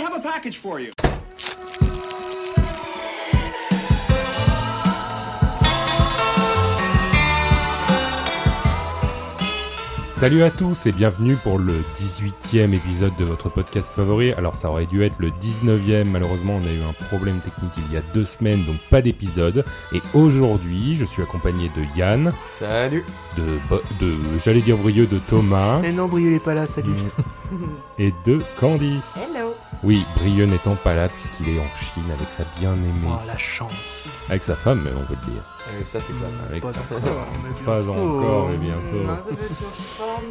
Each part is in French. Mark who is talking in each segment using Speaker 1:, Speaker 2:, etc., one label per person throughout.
Speaker 1: have a package for you.
Speaker 2: Salut à tous et bienvenue pour le 18e épisode de votre podcast favori. Alors ça aurait dû être le 19e, malheureusement on a eu un problème technique il y a deux semaines, donc pas d'épisode. Et aujourd'hui je suis accompagné de Yann,
Speaker 3: Salut
Speaker 2: de, Bo- de j'allais dire Brieux, de Thomas
Speaker 3: Mais Eh non, Brieux, il est pas là, salut
Speaker 2: et de Candice.
Speaker 4: Hello
Speaker 2: Oui, Brieux n'étant pas là puisqu'il est en Chine avec sa bien-aimée,
Speaker 3: Oh, la chance
Speaker 2: avec sa femme, on peut le dire.
Speaker 5: Euh,
Speaker 3: Et ça, c'est
Speaker 5: hein.
Speaker 3: classe.
Speaker 2: Avec
Speaker 3: Pas
Speaker 2: sa
Speaker 3: encore, eh
Speaker 2: femme.
Speaker 3: mais bientôt.
Speaker 2: Pas encore, eh mais bientôt.
Speaker 4: Un peu de surforme.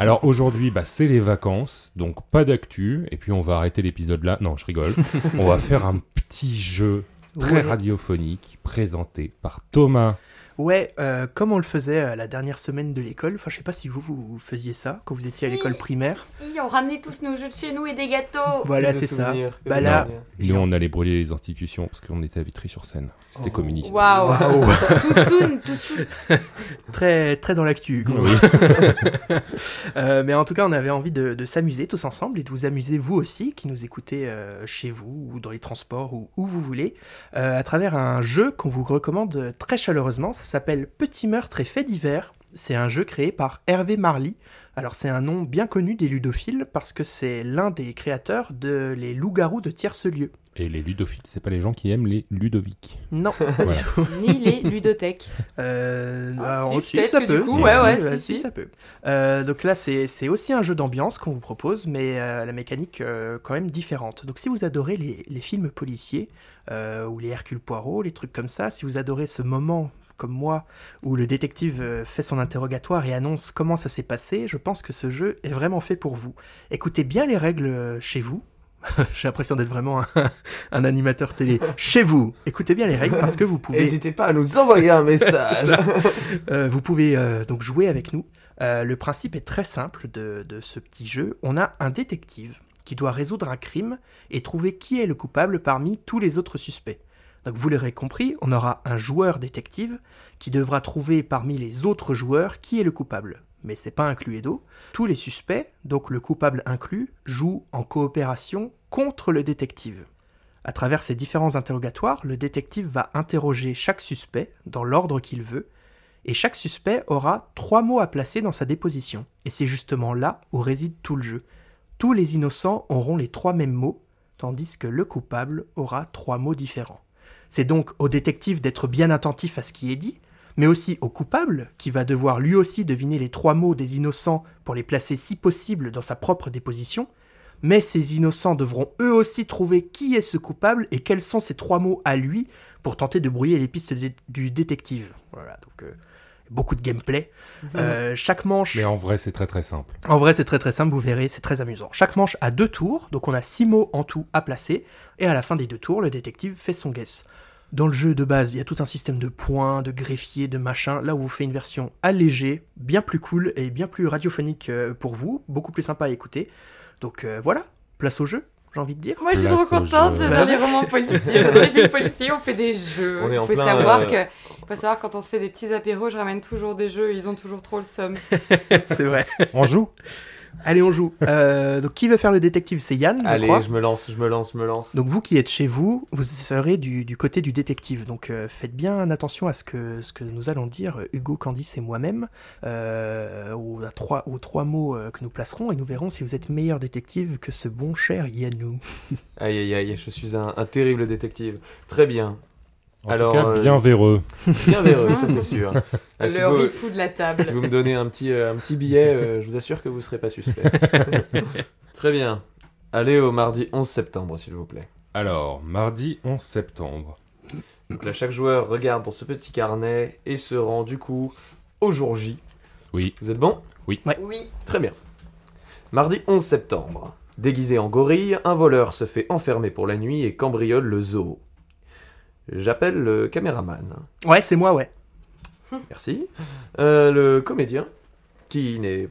Speaker 2: Alors aujourd'hui, bah, c'est les vacances, donc pas d'actu, et puis on va arrêter l'épisode là. Non, je rigole. on va faire un petit jeu très
Speaker 3: Ouais.
Speaker 2: radiophonique présenté par Thomas.
Speaker 3: Ouais, euh, comme on le faisait euh, la dernière semaine de l'école, enfin, je sais pas si vous, vous faisiez ça quand vous étiez à
Speaker 4: Si.
Speaker 3: l'école primaire.
Speaker 4: Si, on ramenait tous nos jeux de chez nous et des gâteaux
Speaker 3: Voilà, c'est ça. Bah
Speaker 2: de
Speaker 3: là,
Speaker 2: Nous, on allait brûler les institutions parce qu'on était à Vitry-sur-Seine. C'était
Speaker 3: Oh.
Speaker 2: communiste.
Speaker 4: Waouh
Speaker 3: Waouh.
Speaker 4: Tout soon, tout soon
Speaker 3: très, très dans l'actu. Hugo.
Speaker 2: Oui.
Speaker 3: Euh, mais en tout cas, on avait envie de, de s'amuser tous ensemble et de vous amuser vous aussi, qui nous écoutez euh, chez vous ou dans les transports ou où vous voulez, euh, à travers un jeu qu'on vous recommande euh, très chaleureusement. Ça s'appelle Petit meurtre et faits divers. C'est un jeu créé par Hervé Marly. Alors c'est un nom bien connu des ludophiles parce que c'est l'un des créateurs de les loups-garous de tierce-lieu.
Speaker 2: Et les ludophiles, c'est pas les gens qui aiment les Ludovic.
Speaker 3: Non.
Speaker 2: Voilà.
Speaker 4: Ni les ludothèques.
Speaker 3: Euh,
Speaker 4: Ah,
Speaker 3: alors,
Speaker 4: si,
Speaker 3: ensuite,
Speaker 4: peut-être
Speaker 3: ça
Speaker 4: que du
Speaker 3: peut.
Speaker 4: coup,
Speaker 2: ouais,
Speaker 4: ouais,
Speaker 3: euh,
Speaker 4: si, si.
Speaker 3: ça peut. Euh, donc là, c'est c'est aussi un jeu d'ambiance qu'on vous propose, mais euh, la mécanique euh, quand même différente. Donc si vous adorez les, les films policiers, euh, ou les Hercule Poirot, les trucs comme ça, si vous adorez ce moment comme moi, où le détective euh, fait son interrogatoire et annonce comment ça s'est passé, je pense que ce jeu est vraiment fait pour vous. Écoutez bien les règles euh, chez vous. J'ai l'impression d'être vraiment un, un animateur télé. Chez vous, écoutez bien les règles parce que vous pouvez...
Speaker 5: N'hésitez pas à nous envoyer un message.
Speaker 3: Euh, vous pouvez euh, donc jouer avec nous. Euh, le principe est très simple de, de ce petit jeu. On a un détective qui doit résoudre un crime et trouver qui est le coupable parmi tous les autres suspects. Donc vous l'aurez compris, on aura un joueur détective qui devra trouver parmi les autres joueurs qui est le coupable. Mais c'est pas un cluedo. Tous les suspects, donc le coupable inclus, jouent en coopération contre le détective. À travers ces différents interrogatoires, le détective va interroger chaque suspect dans l'ordre qu'il veut et chaque suspect aura trois mots à placer dans sa déposition. Et c'est justement là où réside tout le jeu. Tous les innocents auront les trois mêmes mots, tandis que le coupable aura trois mots différents. C'est donc au détective d'être bien attentif à ce qui est dit, mais aussi au coupable, qui va devoir lui aussi deviner les trois mots des innocents pour les placer si possible dans sa propre déposition, mais ces innocents devront eux aussi trouver qui est ce coupable et quels sont ces trois mots à lui pour tenter de brouiller les pistes dé- du détective. Voilà, donc euh, beaucoup de gameplay. Euh, chaque manche...
Speaker 2: Mais en vrai, c'est très très simple.
Speaker 3: En vrai, c'est très très simple, vous verrez, c'est très amusant. Chaque manche a deux tours, donc on a six mots en tout à placer, et à la fin des deux tours, le détective fait son guess. Dans le jeu de base, il y a tout un système de points, de greffiers, de machins. Là, on vous fait une version allégée, bien plus cool et bien plus radiophonique euh, pour vous, beaucoup plus sympa à écouter. Donc euh, voilà, place au jeu, j'ai envie de dire.
Speaker 4: Moi, je suis
Speaker 2: Place
Speaker 4: trop
Speaker 2: au
Speaker 4: contente,
Speaker 2: jeu.
Speaker 4: j'adore les romans policiers, j'adore les films policiers, on fait des jeux.
Speaker 3: On est en
Speaker 4: faut
Speaker 3: plein,
Speaker 4: savoir
Speaker 3: euh,
Speaker 4: que... Faut savoir, quand on se fait des petits apéros, je ramène toujours des jeux, ils ont toujours trop le somme.
Speaker 3: c'est vrai.
Speaker 2: On joue
Speaker 3: Allez, on joue. Euh, donc, qui veut faire le détective C'est Yann, je
Speaker 5: Allez,
Speaker 3: crois.
Speaker 5: je me lance, je me lance, je me lance.
Speaker 3: Donc vous qui êtes chez vous, vous serez du, du côté du détective. Donc euh, faites bien attention à ce que, ce que nous allons dire, euh, Hugo, Candice et moi-même, euh, aux, à trois, aux trois mots euh, que nous placerons, et nous verrons si vous êtes meilleur détective que ce bon cher Yannou.
Speaker 5: Aïe aïe aïe, je suis un, un terrible détective. Très bien,
Speaker 2: En
Speaker 5: Alors,
Speaker 2: tout cas,
Speaker 5: euh,
Speaker 2: bien véreux.
Speaker 5: bien véreux, ça c'est sûr. Ah, si,
Speaker 4: le
Speaker 5: vous,
Speaker 4: ripou de la table.
Speaker 5: si vous me donnez un petit, euh, un petit billet, euh, je vous assure que vous serez pas suspect. Très bien. Allez au mardi 11 septembre, s'il vous plaît.
Speaker 2: Alors, mardi 11 septembre.
Speaker 5: Donc là, chaque joueur regarde dans ce petit carnet et se rend du coup au jour J.
Speaker 2: Oui.
Speaker 5: Vous êtes bon
Speaker 4: Oui.
Speaker 5: Très bien. Mardi 11 septembre. Déguisé en gorille, un voleur se fait enfermer pour la nuit et cambriole le zoo. J'appelle le caméraman.
Speaker 3: Ouais, c'est moi, ouais.
Speaker 5: Merci. Euh, le comédien, qui n'est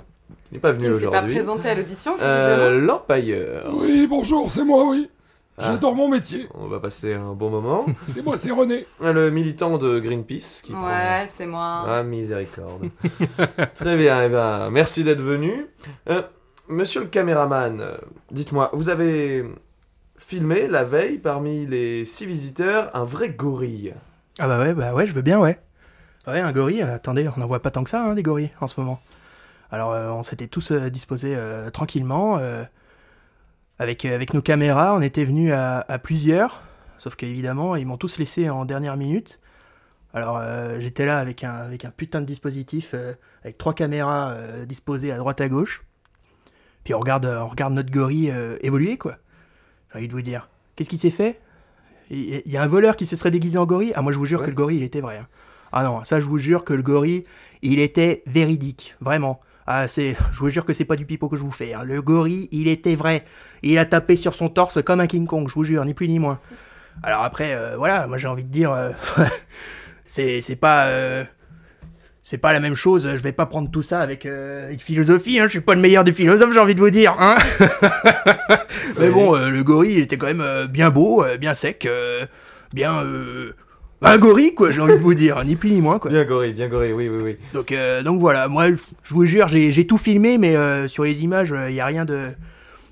Speaker 5: n'est pas
Speaker 4: Qui
Speaker 5: venu
Speaker 4: ne s'est pas
Speaker 5: aujourd'hui.
Speaker 4: présenté à l'audition, visiblement.
Speaker 5: Euh, L'empailleur.
Speaker 2: Oui, bonjour, c'est moi, oui.
Speaker 5: Ah.
Speaker 2: J'adore mon métier.
Speaker 5: On va passer un bon moment. Euh,
Speaker 2: C'est moi, c'est René.
Speaker 5: Le militant de Greenpeace qui prend
Speaker 4: Ouais, c'est moi.
Speaker 5: Ah, miséricorde. Très bien, eh ben, merci d'être venu. Euh, monsieur le caméraman, euh, dites-moi, vous avez filmé la veille parmi les six visiteurs un vrai gorille.
Speaker 3: Ah bah ouais, bah ouais, je veux bien, ouais. Ouais, un gorille, euh, attendez, on n'en voit pas tant que ça, hein, des gorilles, en ce moment. Alors, euh, on s'était tous euh, disposés euh, tranquillement. euh, avec, euh, avec nos caméras, on était venus à, à plusieurs. Sauf qu'évidemment, ils m'ont tous laissé en dernière minute. Alors, euh, j'étais là avec un, avec un putain de dispositif, euh, avec trois caméras euh, disposées à droite à gauche. Puis on regarde, euh, on regarde notre gorille euh, évoluer, quoi. J'ai envie de vous dire. Qu'est-ce qui s'est fait il il y a un voleur qui se serait déguisé en gorille Ah, moi je vous jure
Speaker 5: Ouais.
Speaker 3: que le gorille, il était vrai. hein. Ah non, ça je vous jure que le gorille, il était véridique, vraiment. Ah, c'est, je vous jure que c'est pas du pipeau que je vous fais. hein. Le gorille, il était vrai. Il a tapé sur son torse comme un King Kong, je vous jure, ni plus ni moins. Alors après, euh, voilà, moi j'ai envie de dire, euh, c'est, c'est pas, euh, c'est pas la même chose. Je vais pas prendre tout ça avec, euh, avec philosophie. Hein. Je suis pas le meilleur des philosophes, j'ai envie de vous dire. Hein Mais bon, euh, le gorille, il était quand même euh, bien beau, euh, bien sec, euh, bien. euh, un gorille, quoi, j'ai envie de vous dire, ni plus ni moins, quoi.
Speaker 5: Bien gorille, bien gorille, oui, oui, oui.
Speaker 3: Donc, euh, donc voilà, moi, je je vous jure, j'ai j'ai tout filmé, mais euh, sur les images, il n'y a rien de.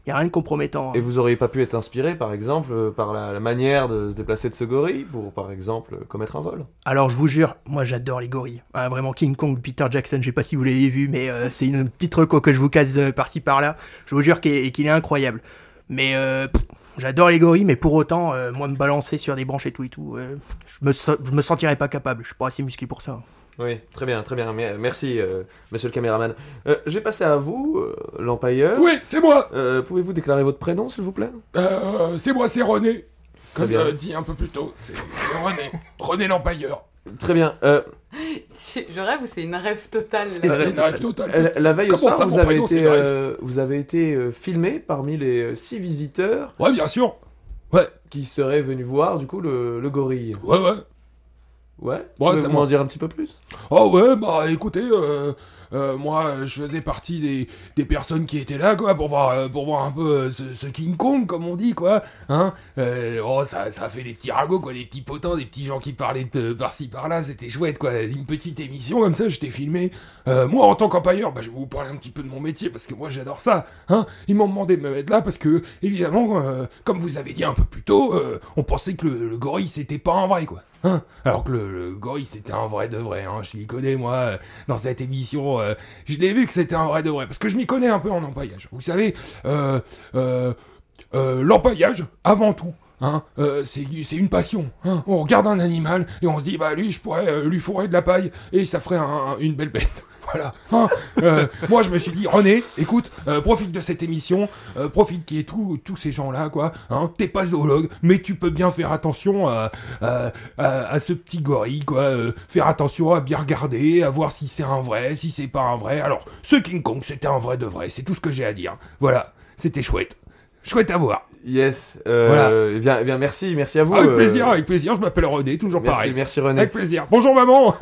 Speaker 3: Y a rien de compromettant. hein.
Speaker 5: Et vous auriez pas pu être inspiré, par exemple, euh, par la, la manière de se déplacer de ce gorille pour, par exemple, euh, commettre un vol
Speaker 3: Alors je vous jure, moi j'adore les gorilles. Ah, vraiment King Kong, Peter Jackson, je sais pas si vous l'avez vu, mais euh, c'est une petite reco que je vous casse euh, par-ci par-là. Je vous jure qu'il est, qu'il est incroyable. Mais euh, pff, j'adore les gorilles, mais pour autant, euh, moi me balancer sur des branches et tout et tout, euh, je, me so- je me sentirais pas capable. Je suis pas assez musclé pour ça. hein.
Speaker 5: Oui, très bien, très bien. mer- Merci, euh, monsieur le caméraman. Euh, je vais passer à vous, euh, l'empailleur.
Speaker 2: Oui, c'est moi.
Speaker 5: Euh, Pouvez-vous déclarer votre prénom, s'il vous plaît
Speaker 2: Euh, c'est moi, c'est René. Comme
Speaker 5: bien.
Speaker 2: euh, dit un peu plus tôt, c'est c'est René. René l'empailleur.
Speaker 5: Très bien. Euh,
Speaker 4: Je rêve ou c'est une rêve totale
Speaker 3: C'est
Speaker 4: là
Speaker 3: vrai.
Speaker 2: C'est un rêve total.
Speaker 5: Euh, La, la veille au
Speaker 2: Comment
Speaker 5: soir,
Speaker 2: ça,
Speaker 5: vous
Speaker 2: mon
Speaker 5: avez,
Speaker 2: prénom, c'est
Speaker 5: été,
Speaker 2: Bref
Speaker 5: euh, vous avez été euh, filmé parmi les euh, six visiteurs
Speaker 2: Ouais, bien sûr.
Speaker 5: qui seraient venus voir du coup le, le gorille.
Speaker 2: Ouais, ouais.
Speaker 5: Ouais.
Speaker 2: Ouais,
Speaker 5: Vous
Speaker 2: c'est
Speaker 5: pouvez
Speaker 2: moi.
Speaker 5: m'en dire un petit peu plus
Speaker 2: Oh ouais, bah écoutez, euh, euh, moi euh, je faisais partie des, des personnes qui étaient là, quoi, pour voir, euh, pour voir un peu euh, ce, ce King Kong, comme on dit, quoi. Hein Euh, oh, ça, ça a fait des petits ragots, quoi, des petits potins, des petits gens qui parlaient de par-ci, par-là, c'était chouette, quoi. Une petite émission comme ça, j'étais filmé. Euh, moi, en tant qu'empailleur, bah, je vais vous parler un petit peu de mon métier, parce que moi j'adore ça. Hein Ils m'ont demandé de me mettre là, parce que, évidemment, euh, comme vous avez dit un peu plus tôt, euh, on pensait que le, le gorille, c'était pas un vrai, quoi. Hein Alors que le, le gorille, c'était un vrai de vrai. Hein. Je m'y connais, moi, euh, dans cette émission. euh, je l'ai vu que c'était un vrai de vrai. Parce que je m'y connais un peu en empaillage. Vous savez, euh, euh, euh, l'empaillage, avant tout. Hein, euh, c'est c'est une passion. hein. On regarde un animal et on se dit, bah lui, je pourrais euh, lui fourrer de la paille et ça ferait un- une belle bête. Voilà. hein. Euh, moi, je me suis dit, René, écoute, euh, profite de cette émission, euh, profite qu'il y ait tous tous ces gens-là, quoi. Hein. T'es pas zoologue, mais tu peux bien faire attention à, à, à- à ce petit gorille, quoi. euh, faire attention à bien regarder, à voir si c'est un vrai, si c'est pas un vrai. Alors, ce King Kong, c'était un vrai de vrai. C'est tout ce que j'ai à dire. Voilà. C'était chouette. Chouette à voir.
Speaker 5: Yes. euh,
Speaker 2: Voilà. Ah,
Speaker 5: eh bien, eh bien, merci, merci à vous.
Speaker 2: avec
Speaker 5: euh,
Speaker 2: plaisir, avec plaisir. Je m'appelle René, toujours
Speaker 5: Merci,
Speaker 2: pareil.
Speaker 5: merci René.
Speaker 2: Avec plaisir. Bonjour maman.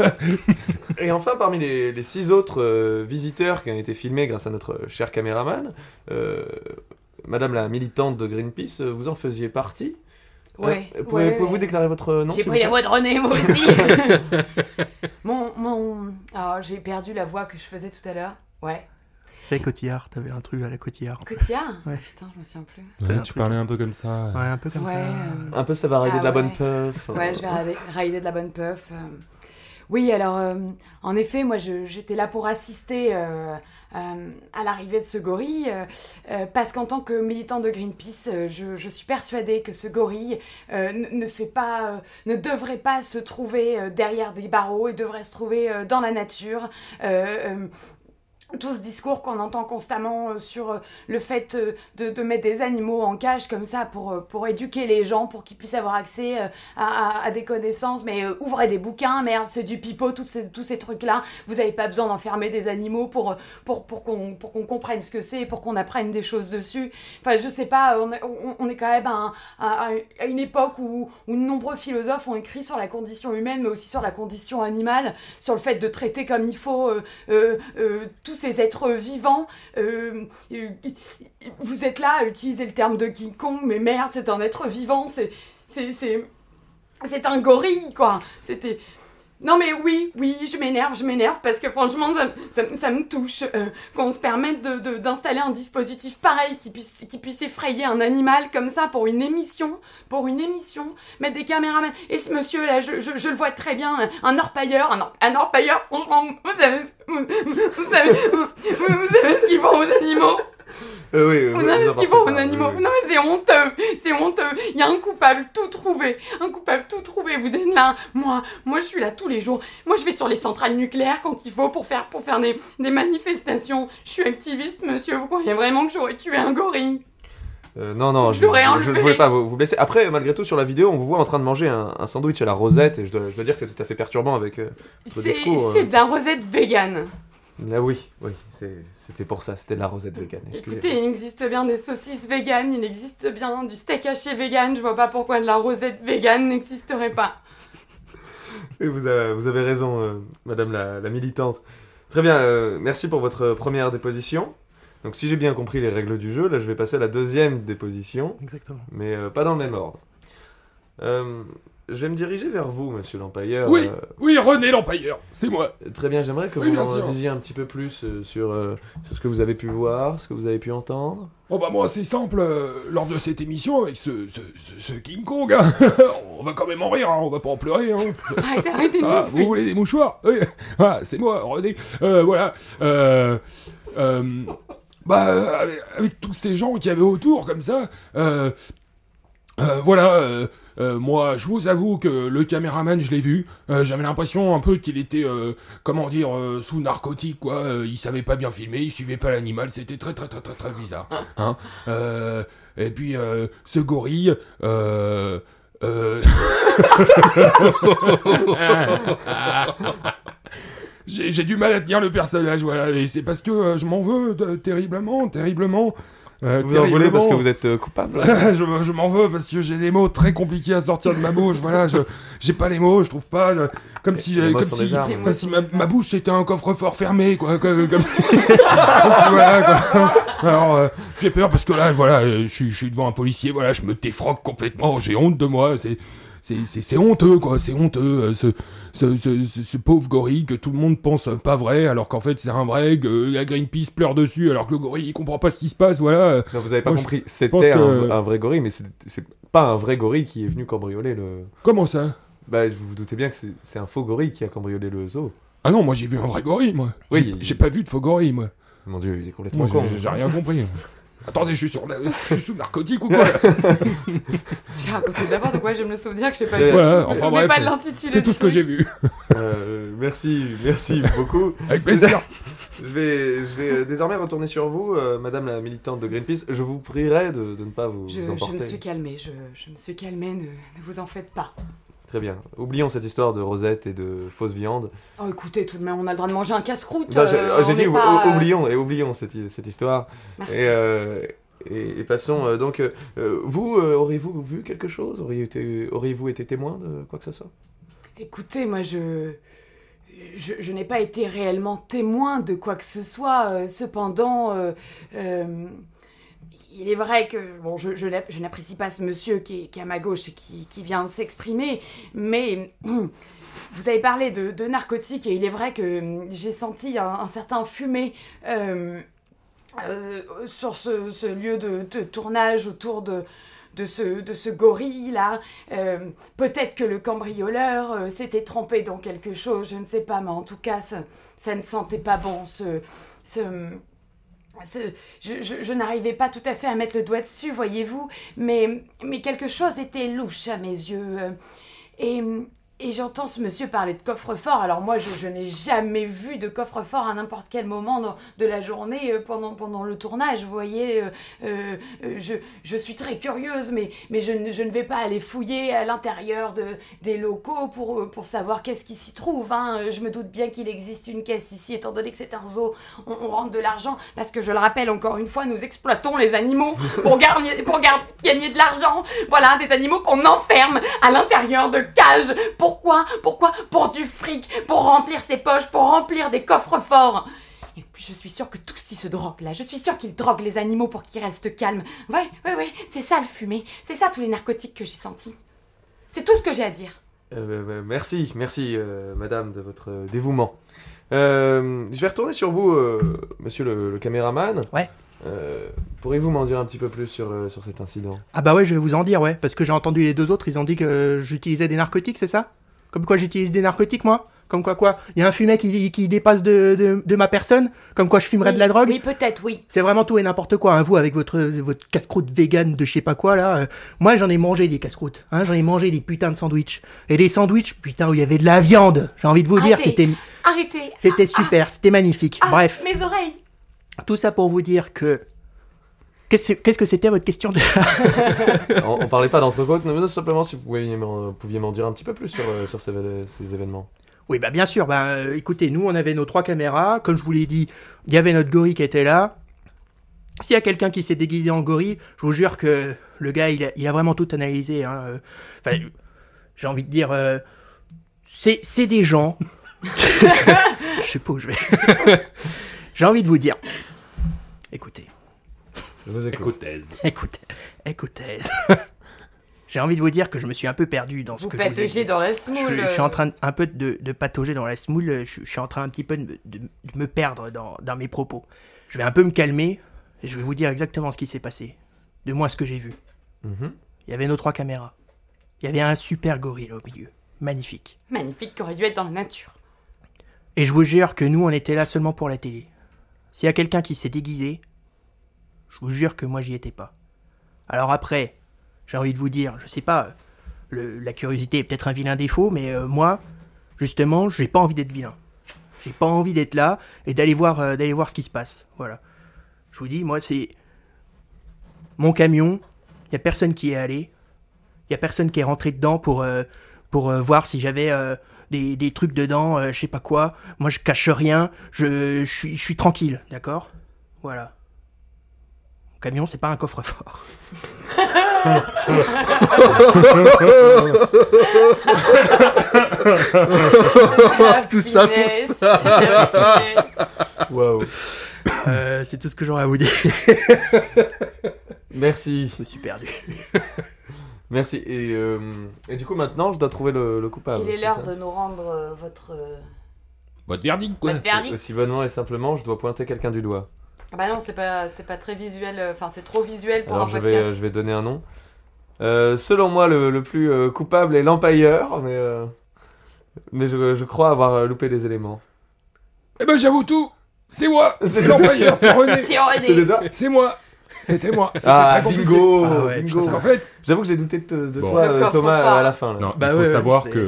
Speaker 5: Et enfin, parmi les, les six autres euh, visiteurs qui ont été filmés grâce à notre cher caméraman, euh, Madame la militante de Greenpeace, euh, vous en faisiez partie.
Speaker 4: Ouais,
Speaker 5: Euh, pouvez-
Speaker 4: ouais,
Speaker 5: Pouvez-vous
Speaker 4: ouais.
Speaker 5: déclarer votre nom
Speaker 4: J'ai
Speaker 5: s'il
Speaker 4: pris
Speaker 5: vous plaît
Speaker 4: la voix de René, moi aussi. mon, mon... ah, j'ai perdu la voix que je faisais tout à l'heure. Ouais.
Speaker 3: Fais Cotillard, t'avais un truc à la Cotillard.
Speaker 4: Cotillard
Speaker 3: Ouais.
Speaker 4: Putain, je me souviens plus.
Speaker 3: Ouais, tu parlais
Speaker 2: un peu comme ça.
Speaker 3: Ouais, un peu comme
Speaker 4: ouais,
Speaker 3: ça.
Speaker 5: Un peu, ça va rider
Speaker 4: Ah
Speaker 5: de la bonne
Speaker 4: ouais.
Speaker 5: puff. hein.
Speaker 4: Ouais, je vais rider, rider de la bonne puff. euh. Oui, alors, euh, en effet, moi, je- j'étais là pour assister euh, euh, à l'arrivée de ce gorille, euh, euh, parce qu'en tant que militant de Greenpeace, euh, je, je suis persuadée que ce gorille euh, ne- ne fait pas, euh, ne devrait pas se trouver euh, derrière des barreaux et devrait se trouver euh, dans la nature. Euh, euh, tout ce discours qu'on entend constamment euh, sur euh, le fait euh, de, de mettre des animaux en cage comme ça pour, euh, pour éduquer les gens, pour qu'ils puissent avoir accès euh, à, à- à des connaissances, mais euh, ouvrez des bouquins, merde, c'est du pipeau, tous ces, tous ces trucs-là. Vous n'avez pas besoin d'enfermer des animaux pour, euh, pour, pour qu'on pour qu'on comprenne ce que c'est, pour qu'on apprenne des choses dessus. Enfin, je sais pas, on est, on- on est quand même à, un- à- à- à une époque où, où de nombreux philosophes ont écrit sur la condition humaine, mais aussi sur la condition animale, sur le fait de traiter comme il faut euh, euh, euh, tout, ces êtres vivants. euh, euh, vous êtes là à utiliser le terme de King Kong, mais merde, c'est un être vivant, c'est. C'est. C'est c'est un gorille, quoi. C'était. Non, mais oui, oui, je m'énerve, je m'énerve, parce que franchement, ça, ça- ça me touche euh, qu'on se permette de- de- d'installer un dispositif pareil qui puisse, qui puisse effrayer un animal comme ça pour une émission, pour une émission, mettre des caméramans. Et ce monsieur-là, je, je- je le vois très bien, un- un orpailleur, un, or- un orpailleur, franchement, vous savez, vous, vous savez, vous- vous savez ce qu'ils font aux animaux
Speaker 5: Euh, oui, oui,
Speaker 4: vous
Speaker 5: oui,
Speaker 4: savez
Speaker 5: vous
Speaker 4: ce
Speaker 5: emportez
Speaker 4: qu'ils font
Speaker 5: pas,
Speaker 4: aux
Speaker 5: oui,
Speaker 4: animaux.
Speaker 5: oui.
Speaker 4: Non mais c'est honteux, c'est honteux. Il y a un coupable tout trouvé, un coupable tout trouvé. Vous êtes là, moi, moi je suis là tous les jours. Moi je vais sur les centrales nucléaires quand il faut pour faire pour faire des, des manifestations. Je suis activiste, monsieur. Vous croyez vraiment que j'aurais tué un gorille
Speaker 5: Euh, non, non,
Speaker 4: Je
Speaker 5: je,
Speaker 4: l'aurais
Speaker 5: je- je ne
Speaker 4: enlevé.
Speaker 5: voulais pas vous, vous blesser. Après, malgré tout, sur la vidéo, on vous voit en train de manger un, un sandwich à la rosette, et je dois, je dois dire que c'est tout à fait perturbant avec... euh, Votre
Speaker 4: C'est
Speaker 5: discours, euh.
Speaker 4: c'est de la rosette végane.
Speaker 5: Ah oui, oui, c'est- c'était pour ça, c'était de la rosette vegan, excusez
Speaker 4: Écoutez, il existe bien des saucisses véganes, il existe bien du steak haché végane. Je vois pas pourquoi de la rosette végane n'existerait pas.
Speaker 5: Oui, vous avez, vous avez raison, euh, madame la, la militante. Très bien, euh, merci pour votre première déposition. Donc si j'ai bien compris les règles du jeu, là je vais passer à la deuxième déposition,
Speaker 3: Exactement.
Speaker 5: mais euh, pas dans le même ordre. Euh, je vais me diriger vers vous, monsieur Euh, l'empailleur.
Speaker 2: Oui. Oui, René l'Empailleur, c'est moi.
Speaker 5: très bien, j'aimerais que
Speaker 2: Oui,
Speaker 5: vous
Speaker 2: bien
Speaker 5: m'en
Speaker 2: sûr.
Speaker 5: disiez un petit peu plus euh, sur, euh, sur ce que vous avez pu voir, ce que vous avez pu entendre.
Speaker 2: Oh bah moi c'est simple, euh, lors de cette émission avec ce, ce, ce- ce King Kong, hein, on va quand même en rire, hein, on va pas en pleurer. Hein.
Speaker 4: Arrêtez, arrêtez de
Speaker 2: Ça va,
Speaker 4: me
Speaker 2: vous
Speaker 4: suivre.
Speaker 2: voulez des mouchoirs Oui. Ah, c'est moi, René. Euh, voilà. Euh, euh, bah, euh, avec, avec tous ces gens qui avaient autour comme ça, euh, euh, voilà. euh, euh, moi, je vous avoue que le caméraman, je l'ai vu. Euh, J'avais l'impression un peu qu'il était, euh, comment dire, euh, sous narcotique, quoi. Euh, il savait pas bien filmer, il suivait pas l'animal. C'était très, très, très, très, très bizarre. Hein Euh, et puis, euh, ce gorille, euh, euh, J'ai j'ai du mal à tenir le personnage, voilà. Et c'est parce que euh, je m'en veux de- terriblement, terriblement. euh,
Speaker 5: Vous en voulez parce que
Speaker 2: terriblement.
Speaker 5: vous êtes euh, coupable
Speaker 2: je je m'en veux parce que j'ai des mots très compliqués à sortir de ma bouche. Voilà, je j'ai pas les mots, je trouve pas. je- comme si,
Speaker 5: Les
Speaker 2: j'avais-
Speaker 5: mots
Speaker 2: comme
Speaker 5: sont
Speaker 2: si,
Speaker 5: des armes.
Speaker 2: comme si ma, ma bouche était un coffre-fort fermé, quoi. Comme, comme- comme si, voilà, quoi. Alors, euh, j'ai peur parce que là, voilà, euh, je suis- je suis devant un policier. Voilà, je me défroque complètement. J'ai honte de moi. C'est c'est- c'est c'est honteux, quoi. C'est honteux. euh, ce, ce, ce- ce- ce pauvre gorille que tout le monde pense euh, pas vrai, alors qu'en fait c'est un vrai. Que euh, la Greenpeace pleure dessus, alors que le gorille il comprend pas ce qui se passe. Voilà. euh,
Speaker 5: Non, vous avez pas
Speaker 2: Moi, je
Speaker 5: compris,
Speaker 2: pense
Speaker 5: c'était
Speaker 2: que-
Speaker 5: un, un vrai gorille, mais c'est c'est pas un vrai gorille qui est venu cambrioler le...
Speaker 2: comment ça
Speaker 5: Bah, vous vous doutez bien que c'est- c'est un faux gorille qui a cambriolé le zoo.
Speaker 2: Ah non, moi j'ai vu un vrai gorille, moi.
Speaker 5: Oui.
Speaker 2: J'ai- J'ai pas vu de faux gorille, moi.
Speaker 5: Mon dieu, il est complètement
Speaker 2: Moi,
Speaker 5: con.
Speaker 2: j'ai- j'ai rien compris. Attendez, je suis, sur la- je suis sous narcotique ou quoi
Speaker 4: J'ai raconté n'importe quoi, je me le souvenir que je sais pas
Speaker 5: Ouais,
Speaker 4: du
Speaker 2: voilà,
Speaker 4: tout. Je me
Speaker 2: enfin
Speaker 4: souvenais
Speaker 2: bref,
Speaker 4: pas de l'intitulé.
Speaker 2: C'est tout
Speaker 4: du
Speaker 2: ce que
Speaker 4: truc.
Speaker 2: j'ai vu.
Speaker 5: Euh, merci, merci beaucoup.
Speaker 2: Avec plaisir.
Speaker 5: Je vais, je vais euh, désormais retourner sur vous, euh, madame la militante de Greenpeace. Je vous prierai de, de ne pas vous,
Speaker 4: Je,
Speaker 5: vous
Speaker 4: je
Speaker 5: emporter.
Speaker 4: me suis calmée, je, je me suis calmée, ne, ne vous en faites pas.
Speaker 5: Très bien. Oublions cette histoire de Rosette et de fausse viande.
Speaker 4: Oh écoutez, tout de même, on a le droit de manger un casse-croûte.
Speaker 5: Non, j'ai-
Speaker 4: euh, on
Speaker 5: J'ai
Speaker 4: n'est
Speaker 5: dit
Speaker 4: pas,
Speaker 5: ou-
Speaker 4: euh,
Speaker 5: oublions et oublions cette, hi- cette histoire.
Speaker 4: Merci.
Speaker 5: Et, euh, et, et passons euh, donc. euh, euh, vous euh, auriez-vous vu quelque chose Auriez-vous été, auriez-vous été témoin de quoi que ce soit
Speaker 4: Écoutez, moi je. Je, je n'ai pas été réellement témoin de quoi que ce soit. euh, cependant, euh, euh, il est vrai que bon, je, je n'app- je n'apprécie pas ce monsieur qui est, qui est à ma gauche et qui, qui vient de s'exprimer, mais vous avez parlé de, de narcotiques et il est vrai que hum, j'ai senti un, un certain fumé. euh, euh, sur ce, ce lieu de, de tournage autour de, de ce, de ce gorille là, Euh, peut-être que le cambrioleur euh, s'était trompé dans quelque chose, je ne sais pas, mais en tout cas, ça, ça ne sentait pas bon. Ce, ce, ce- je je- je n'arrivais pas tout à fait à mettre le doigt dessus, voyez-vous, mais, mais quelque chose était louche à mes yeux. euh, et. Et j'entends ce monsieur parler de coffre-fort. Alors moi, je, je n'ai jamais vu de coffre-fort à n'importe quel moment dans- de la journée euh, pendant, pendant le tournage. Vous voyez, euh, euh, euh, je, je suis très curieuse, mais, mais je, ne, je ne vais pas aller fouiller à l'intérieur de, des locaux pour, euh, pour savoir qu'est-ce qui s'y trouve. hein. Euh, Je me doute bien qu'il existe une caisse ici, étant donné que c'est un zoo. On, on rentre de l'argent parce que, je le rappelle encore une fois, nous exploitons les animaux pour, garni- pour gar- gagner de l'argent. Voilà, des animaux qu'on enferme à l'intérieur de cages. Pourquoi Pourquoi Pour du fric, pour remplir ses poches, pour remplir des coffres forts. Et puis je suis sûre que tous ils se droguent là. Je suis sûre qu'ils droguent les animaux pour qu'ils restent calmes. Ouais, ouais, ouais, c'est ça le fumé. C'est ça tous les narcotiques que j'ai sentis. C'est tout ce que j'ai à dire.
Speaker 5: Euh, bah, merci, merci, euh, madame, de votre euh, dévouement. Euh, je vais retourner sur vous, euh, monsieur le, le caméraman.
Speaker 3: Ouais.
Speaker 5: Euh, Pourriez-vous m'en dire un petit peu plus sur, euh, sur cet incident
Speaker 3: Ah bah ouais, je vais vous en dire, ouais. Parce que j'ai entendu les deux autres, ils ont dit que euh, j'utilisais des narcotiques, c'est ça Comme quoi j'utilise des narcotiques, moi Comme quoi quoi Il y a un fumet qui, qui dépasse de, de, de ma personne Comme quoi je fumerais de la
Speaker 4: Oui,
Speaker 3: drogue
Speaker 4: Oui, peut-être, oui.
Speaker 3: C'est vraiment tout et n'importe quoi, hein, vous, avec votre, votre casse-croûte vegan de je sais pas quoi, là. euh, moi, j'en ai mangé des casse-croûtes, hein, j'en ai mangé des putains de sandwichs. Et des sandwichs, putain, où il y avait de la viande. J'ai envie de vous dire,
Speaker 4: Arrêtez.
Speaker 3: c'était,
Speaker 4: Arrêtez.
Speaker 3: c'était super, c'était magnifique.
Speaker 4: Ah,
Speaker 3: Bref,
Speaker 4: Mes oreilles.
Speaker 3: tout ça pour vous dire que... Qu'est-ce qu'est-ce que c'était votre question de...
Speaker 5: on, on parlait pas d'entrecôte, mais simplement si vous pouviez m'en pouviez m'en dire un petit peu plus sur, euh, sur ces, ces événements.
Speaker 3: Oui, bah bien sûr. Bah, euh, écoutez, nous, on avait nos trois caméras. Comme je vous l'ai dit, il y avait notre gorille qui était là. S'il y a quelqu'un qui s'est déguisé en gorille, je vous jure que le gars, il a, il a vraiment tout analysé. hein, euh. Enfin, j'ai envie de dire, euh, c'est c'est des gens. je sais pas où je vais. j'ai envie de vous dire. Écoutez,
Speaker 5: Je vous écoute.
Speaker 2: Écoutaise.
Speaker 3: écoutez, écoutez. j'ai envie de vous dire que je me suis un peu perdu dans ce
Speaker 4: Vous
Speaker 3: que je vous ai dit.
Speaker 4: pataugez dans la
Speaker 3: Je,
Speaker 4: smoule.
Speaker 3: je suis en train de- un peu de, de patauger dans la smoule, euh, je, je suis en train un petit peu de, me- de- de me perdre dans, dans mes propos. Je vais un peu me calmer et je vais vous dire exactement ce qui s'est passé. De moi, ce que j'ai vu.
Speaker 5: Mhm.
Speaker 3: Il y avait nos trois caméras. Il y avait un super gorille au milieu. Magnifique.
Speaker 4: Magnifique qu'aurait dû être dans la nature.
Speaker 3: Et je vous jure que nous, on était là seulement pour la télé. S'il y a quelqu'un qui s'est déguisé, je vous jure que moi, j'y étais pas. Alors après, j'ai envie de vous dire, je sais pas, euh, le- la curiosité est peut-être un vilain défaut, mais euh, moi, justement, j'ai pas envie d'être vilain. J'ai pas envie d'être là et d'aller voir, euh, d'aller voir ce qui se passe. Voilà. Je vous dis, moi, c'est mon camion. Il y a personne qui est allé. Il y a personne qui est rentré dedans pour euh, pour euh, voir si j'avais euh, des, des trucs dedans, euh, je sais pas quoi. Moi, je cache rien. Je, je suis je suis tranquille, d'accord Voilà. Mon camion, c'est pas un coffre-fort.
Speaker 4: Tout ça pour ça.
Speaker 5: Waouh.
Speaker 3: Euh, c'est tout ce que j'aurais à vous dire.
Speaker 5: Merci,
Speaker 3: Je me suis perdu.
Speaker 5: merci. Et, euh, et du coup, maintenant, je dois trouver le, le coupable.
Speaker 4: Il est
Speaker 5: c'est
Speaker 4: l'heure
Speaker 5: ça
Speaker 4: de nous rendre euh, votre, euh,
Speaker 2: Votre verdict, quoi.
Speaker 4: votre verdict.
Speaker 5: Aussi bonnement et simplement, je dois pointer quelqu'un du doigt.
Speaker 4: Ah bah non, c'est pas, c'est pas très visuel. euh, Enfin, c'est trop visuel pour
Speaker 5: Alors
Speaker 4: un
Speaker 5: je vais,
Speaker 4: podcast.
Speaker 5: euh, je vais donner un nom. Euh, selon moi, le, le plus euh, coupable est l'empailleur, mais, euh, mais je, je crois avoir euh, loupé des éléments.
Speaker 2: Eh ben, j'avoue tout. C'est moi.
Speaker 5: C'est
Speaker 2: C'est
Speaker 5: toi.
Speaker 2: l'employeur, c'est René.
Speaker 4: Si on est
Speaker 5: C'est
Speaker 4: Ah, des-
Speaker 5: les deux
Speaker 2: euh, C'est moi. C'était moi. C'était
Speaker 5: Ah,
Speaker 2: très compliqué.
Speaker 5: bingo,
Speaker 3: Ah ouais,
Speaker 5: bingo.
Speaker 3: putain,
Speaker 2: Parce qu'en fait,
Speaker 5: J'avoue que j'ai douté de, te- de
Speaker 2: Bon.
Speaker 5: toi,
Speaker 4: Le
Speaker 5: euh,
Speaker 4: coffre
Speaker 5: Thomas,
Speaker 4: fort.
Speaker 5: euh, à la fin. là.
Speaker 2: non,
Speaker 3: Bah
Speaker 2: il faut savoir que,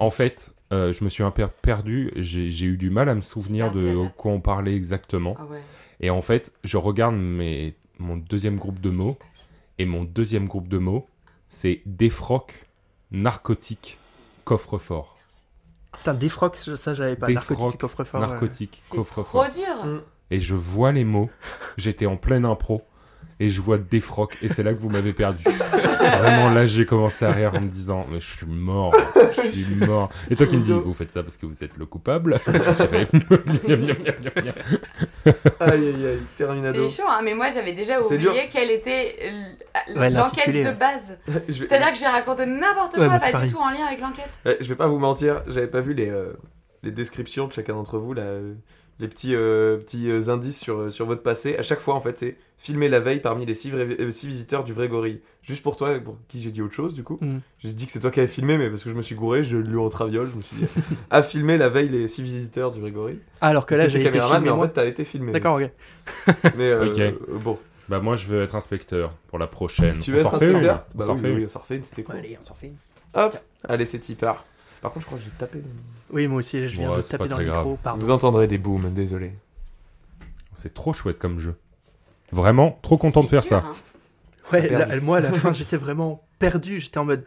Speaker 2: en
Speaker 3: En...
Speaker 2: fait, euh, je me suis un peu perdu. J'ai j'ai eu du mal à me souvenir de quoi on parlait exactement.
Speaker 4: Ah ouais.
Speaker 2: Et en fait, je regarde mes, mon deuxième groupe de mots. Et mon deuxième groupe de mots, c'est défroque, narcotique, coffre-fort.
Speaker 3: Putain, défroque, ça j'avais pas.
Speaker 2: Défroque,
Speaker 3: Narcotique, coffre-fort. ouais.
Speaker 2: narcotique,
Speaker 4: C'est
Speaker 2: coffre-fort.
Speaker 4: trop dur.
Speaker 2: et je vois les mots. J'étais en pleine impro et je vois des frocs et c'est là que vous m'avez perdu. Vraiment là j'ai commencé à rire en me disant mais je suis mort, je suis mort. Et toi qui me dis vous faites ça parce que vous êtes le coupable. J'ai fait, miam, miam, miam, miam, miam.
Speaker 5: Aïe, aïe, aïe, Terminado.
Speaker 4: C'est chaud, hein, mais moi j'avais déjà
Speaker 5: C'est
Speaker 4: oublié quelle était euh,
Speaker 3: Ouais,
Speaker 4: l'enquête
Speaker 3: l'intitulé,
Speaker 4: de
Speaker 3: ouais.
Speaker 4: base.
Speaker 5: Je vais,
Speaker 4: C'est-à-dire que j'ai raconté n'importe
Speaker 3: Ouais,
Speaker 4: quoi,
Speaker 3: bah, c'est
Speaker 4: pas
Speaker 3: pareil.
Speaker 4: du tout en lien avec l'enquête.
Speaker 5: Eh, je vais pas vous mentir, j'avais pas vu les, euh, les descriptions de chacun d'entre vous, là, euh, les petits, euh, petits euh, indices sur, euh, sur votre passé. À chaque fois, en fait, c'est filmer la veille parmi les six, vrais- euh, six visiteurs du vrai gorille. Juste pour toi, pour qui j'ai dit autre chose, du coup.
Speaker 3: Mm.
Speaker 5: J'ai dit que c'est toi qui avais filmé, mais parce que je me suis gouré, je l'ai lu en traviole, je me suis dit, à filmer la veille les six visiteurs du vrai gorille.
Speaker 3: Alors que là,
Speaker 5: T'étais
Speaker 3: j'ai été
Speaker 5: caméraman,
Speaker 3: filmé,
Speaker 5: mais en
Speaker 3: moi.
Speaker 5: fait, t'as été filmé.
Speaker 3: D'accord, ok.
Speaker 5: Mais euh,
Speaker 2: Ok.
Speaker 5: euh, bon,
Speaker 2: Bah moi je veux être inspecteur pour la prochaine.
Speaker 5: tu
Speaker 2: On
Speaker 5: veux
Speaker 2: s'en
Speaker 5: être
Speaker 2: refait une
Speaker 5: inspecteur
Speaker 2: On
Speaker 5: Bah
Speaker 2: s'en
Speaker 5: oui,
Speaker 2: refait
Speaker 5: oui,
Speaker 2: une
Speaker 5: on s'en refait une, c'était cool.
Speaker 3: allez, on s'en fait une.
Speaker 5: Hop, allez, c'est t'y part. Par contre, je crois que j'ai tapé.
Speaker 3: Oui, moi aussi, là, je viens
Speaker 2: Ouais,
Speaker 3: de
Speaker 2: c'est pas
Speaker 3: taper dans
Speaker 2: très
Speaker 3: le
Speaker 2: grave.
Speaker 3: micro. Pardon.
Speaker 5: Vous entendrez des booms, désolé.
Speaker 2: C'est trop chouette comme jeu. Vraiment trop content de
Speaker 4: C'est
Speaker 2: faire
Speaker 4: dur,
Speaker 2: ça.
Speaker 4: hein.
Speaker 3: Ouais,
Speaker 5: Perdu.
Speaker 3: là, moi, à la fin, j'étais vraiment perdu. J'étais en mode,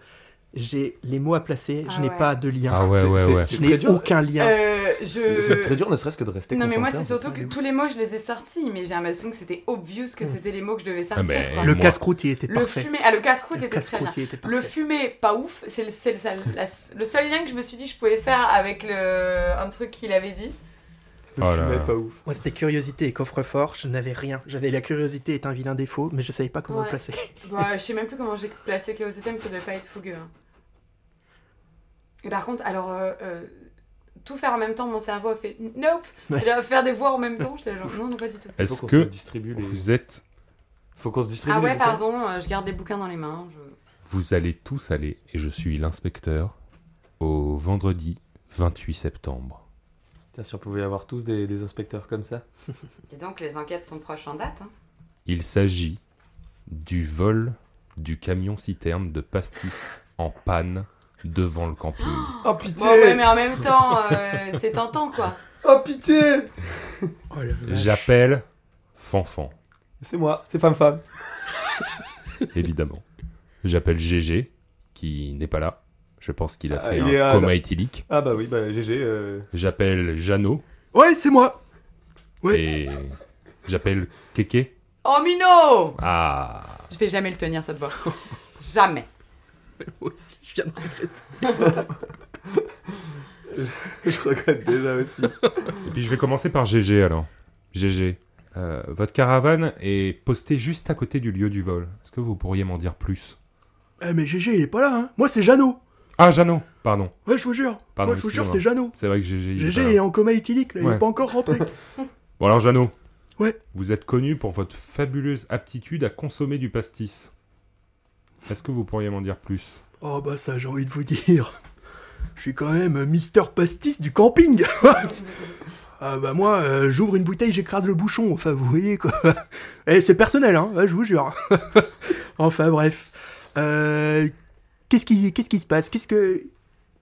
Speaker 3: j'ai les mots à placer,
Speaker 4: Ah
Speaker 3: je n'ai
Speaker 4: ouais.
Speaker 3: pas de lien.
Speaker 2: Ah ouais
Speaker 5: C'est-
Speaker 2: ouais
Speaker 5: c'est-
Speaker 2: ouais.
Speaker 5: c'est
Speaker 3: je
Speaker 5: très
Speaker 3: n'ai
Speaker 5: dur.
Speaker 3: aucun lien.
Speaker 4: Euh,
Speaker 5: C'est très
Speaker 4: je.
Speaker 5: dur, ne serait-ce que de rester
Speaker 4: Non, mais moi,
Speaker 5: concentré,
Speaker 4: c'est
Speaker 5: en fait.
Speaker 3: hein.
Speaker 4: surtout que tous les mots, je les ai sortis, mais j'ai l'impression que c'était obvious que c'était les mots que je devais sortir.
Speaker 2: mais-
Speaker 4: quoi.
Speaker 3: le
Speaker 2: moi.
Speaker 3: casse-croûte, il était
Speaker 4: Le
Speaker 3: Mm. parfait.
Speaker 4: fumé. Ah, le casse-croûte
Speaker 3: le
Speaker 4: était très bien.
Speaker 3: casse-croûte, il était parfait.
Speaker 4: Le fumé, pas ouf, c'est le, c'est le, seul- la- le seul lien que je me suis dit que je pouvais faire avec le, un truc qu'il avait dit.
Speaker 5: Le
Speaker 2: Oh là
Speaker 5: film
Speaker 2: là.
Speaker 5: est pas ouf.
Speaker 3: Moi, c'était curiosité et coffre-fort, je n'avais rien. J'avais la curiosité est un vilain défaut, mais je savais pas comment
Speaker 4: Ouais.
Speaker 3: le placer.
Speaker 4: Bah, je sais même plus comment j'ai placé Curiosité, mais ça devait pas être fougueux. hein. Et par contre, alors, euh, euh, tout faire en même temps, mon cerveau a fait Nope
Speaker 3: Ouais.
Speaker 4: J'ai Faire des voix en même temps, j'étais genre Non, non, pas du tout.
Speaker 5: Faut
Speaker 2: Est-ce
Speaker 5: qu'on se
Speaker 2: que
Speaker 5: distribue les...
Speaker 2: vous êtes,
Speaker 5: Faut qu'on se distribue
Speaker 4: Ah
Speaker 5: les
Speaker 4: ouais,
Speaker 5: bouquins.
Speaker 4: pardon, euh, je garde les bouquins dans les mains. je-
Speaker 2: vous allez tous aller, et je suis l'inspecteur, au vendredi 28 septembre
Speaker 5: Putain, si on pouvait avoir tous des, des inspecteurs comme ça.
Speaker 4: Dis donc, les enquêtes sont proches en date. hein.
Speaker 2: Il s'agit du vol du camion citerne de pastis en panne devant le camping.
Speaker 5: Oh
Speaker 4: Bon,
Speaker 5: pitié
Speaker 4: ouais, mais en même temps, euh, c'est tentant, quoi.
Speaker 5: Oh pitié
Speaker 3: Oh là là.
Speaker 2: J'appelle Fanfan,
Speaker 5: C'est moi, c'est femme femme.
Speaker 2: évidemment. J'appelle GG, qui n'est pas là. Je pense qu'il a
Speaker 5: Ah,
Speaker 2: fait
Speaker 5: il
Speaker 2: un
Speaker 5: est à
Speaker 2: coma
Speaker 5: la-
Speaker 2: éthylique.
Speaker 5: Ah bah oui, bah GG. euh,
Speaker 2: J'appelle Jeannot
Speaker 3: Ouais, c'est moi Oui.
Speaker 2: et j'appelle Keke.
Speaker 4: Oh, Mino
Speaker 2: Ah,
Speaker 4: Je vais jamais le tenir, cette voix. jamais.
Speaker 3: Moi aussi, je viens de regretter.
Speaker 5: Je regrette déjà aussi.
Speaker 2: Et puis je vais commencer par GG alors. GG, euh, votre caravane est postée juste à côté du lieu du vol. Est-ce que vous pourriez m'en dire plus
Speaker 3: Eh, mais GG, il est pas là, hein Moi, c'est Jeannot
Speaker 2: Ah, Jeannot, pardon.
Speaker 3: Ouais, je vous jure
Speaker 2: Pardon,
Speaker 3: Moi, je vous jure,
Speaker 2: excusez-moi.
Speaker 3: c'est Jeannot
Speaker 2: C'est vrai que GG. il est pas
Speaker 3: GG,
Speaker 2: là.
Speaker 3: il est en coma éthylique, là, il
Speaker 2: Ouais.
Speaker 3: est pas encore rentré.
Speaker 2: Bon alors Jeannot.
Speaker 3: Ouais.
Speaker 2: Vous êtes connu pour votre fabuleuse aptitude à consommer du pastis. Est-ce que vous pourriez m'en dire plus
Speaker 3: oh, bah ça, j'ai envie de vous dire. Je suis quand même Mister Pastis du camping Ah, bah moi, euh, j'ouvre une bouteille, j'écrase le bouchon, enfin, vous voyez, quoi. Eh, c'est personnel, hein, ouais, je vous jure. enfin, bref. Euh, Qu'est-ce qui, qu'est-ce qui se passe Qu'est-ce que...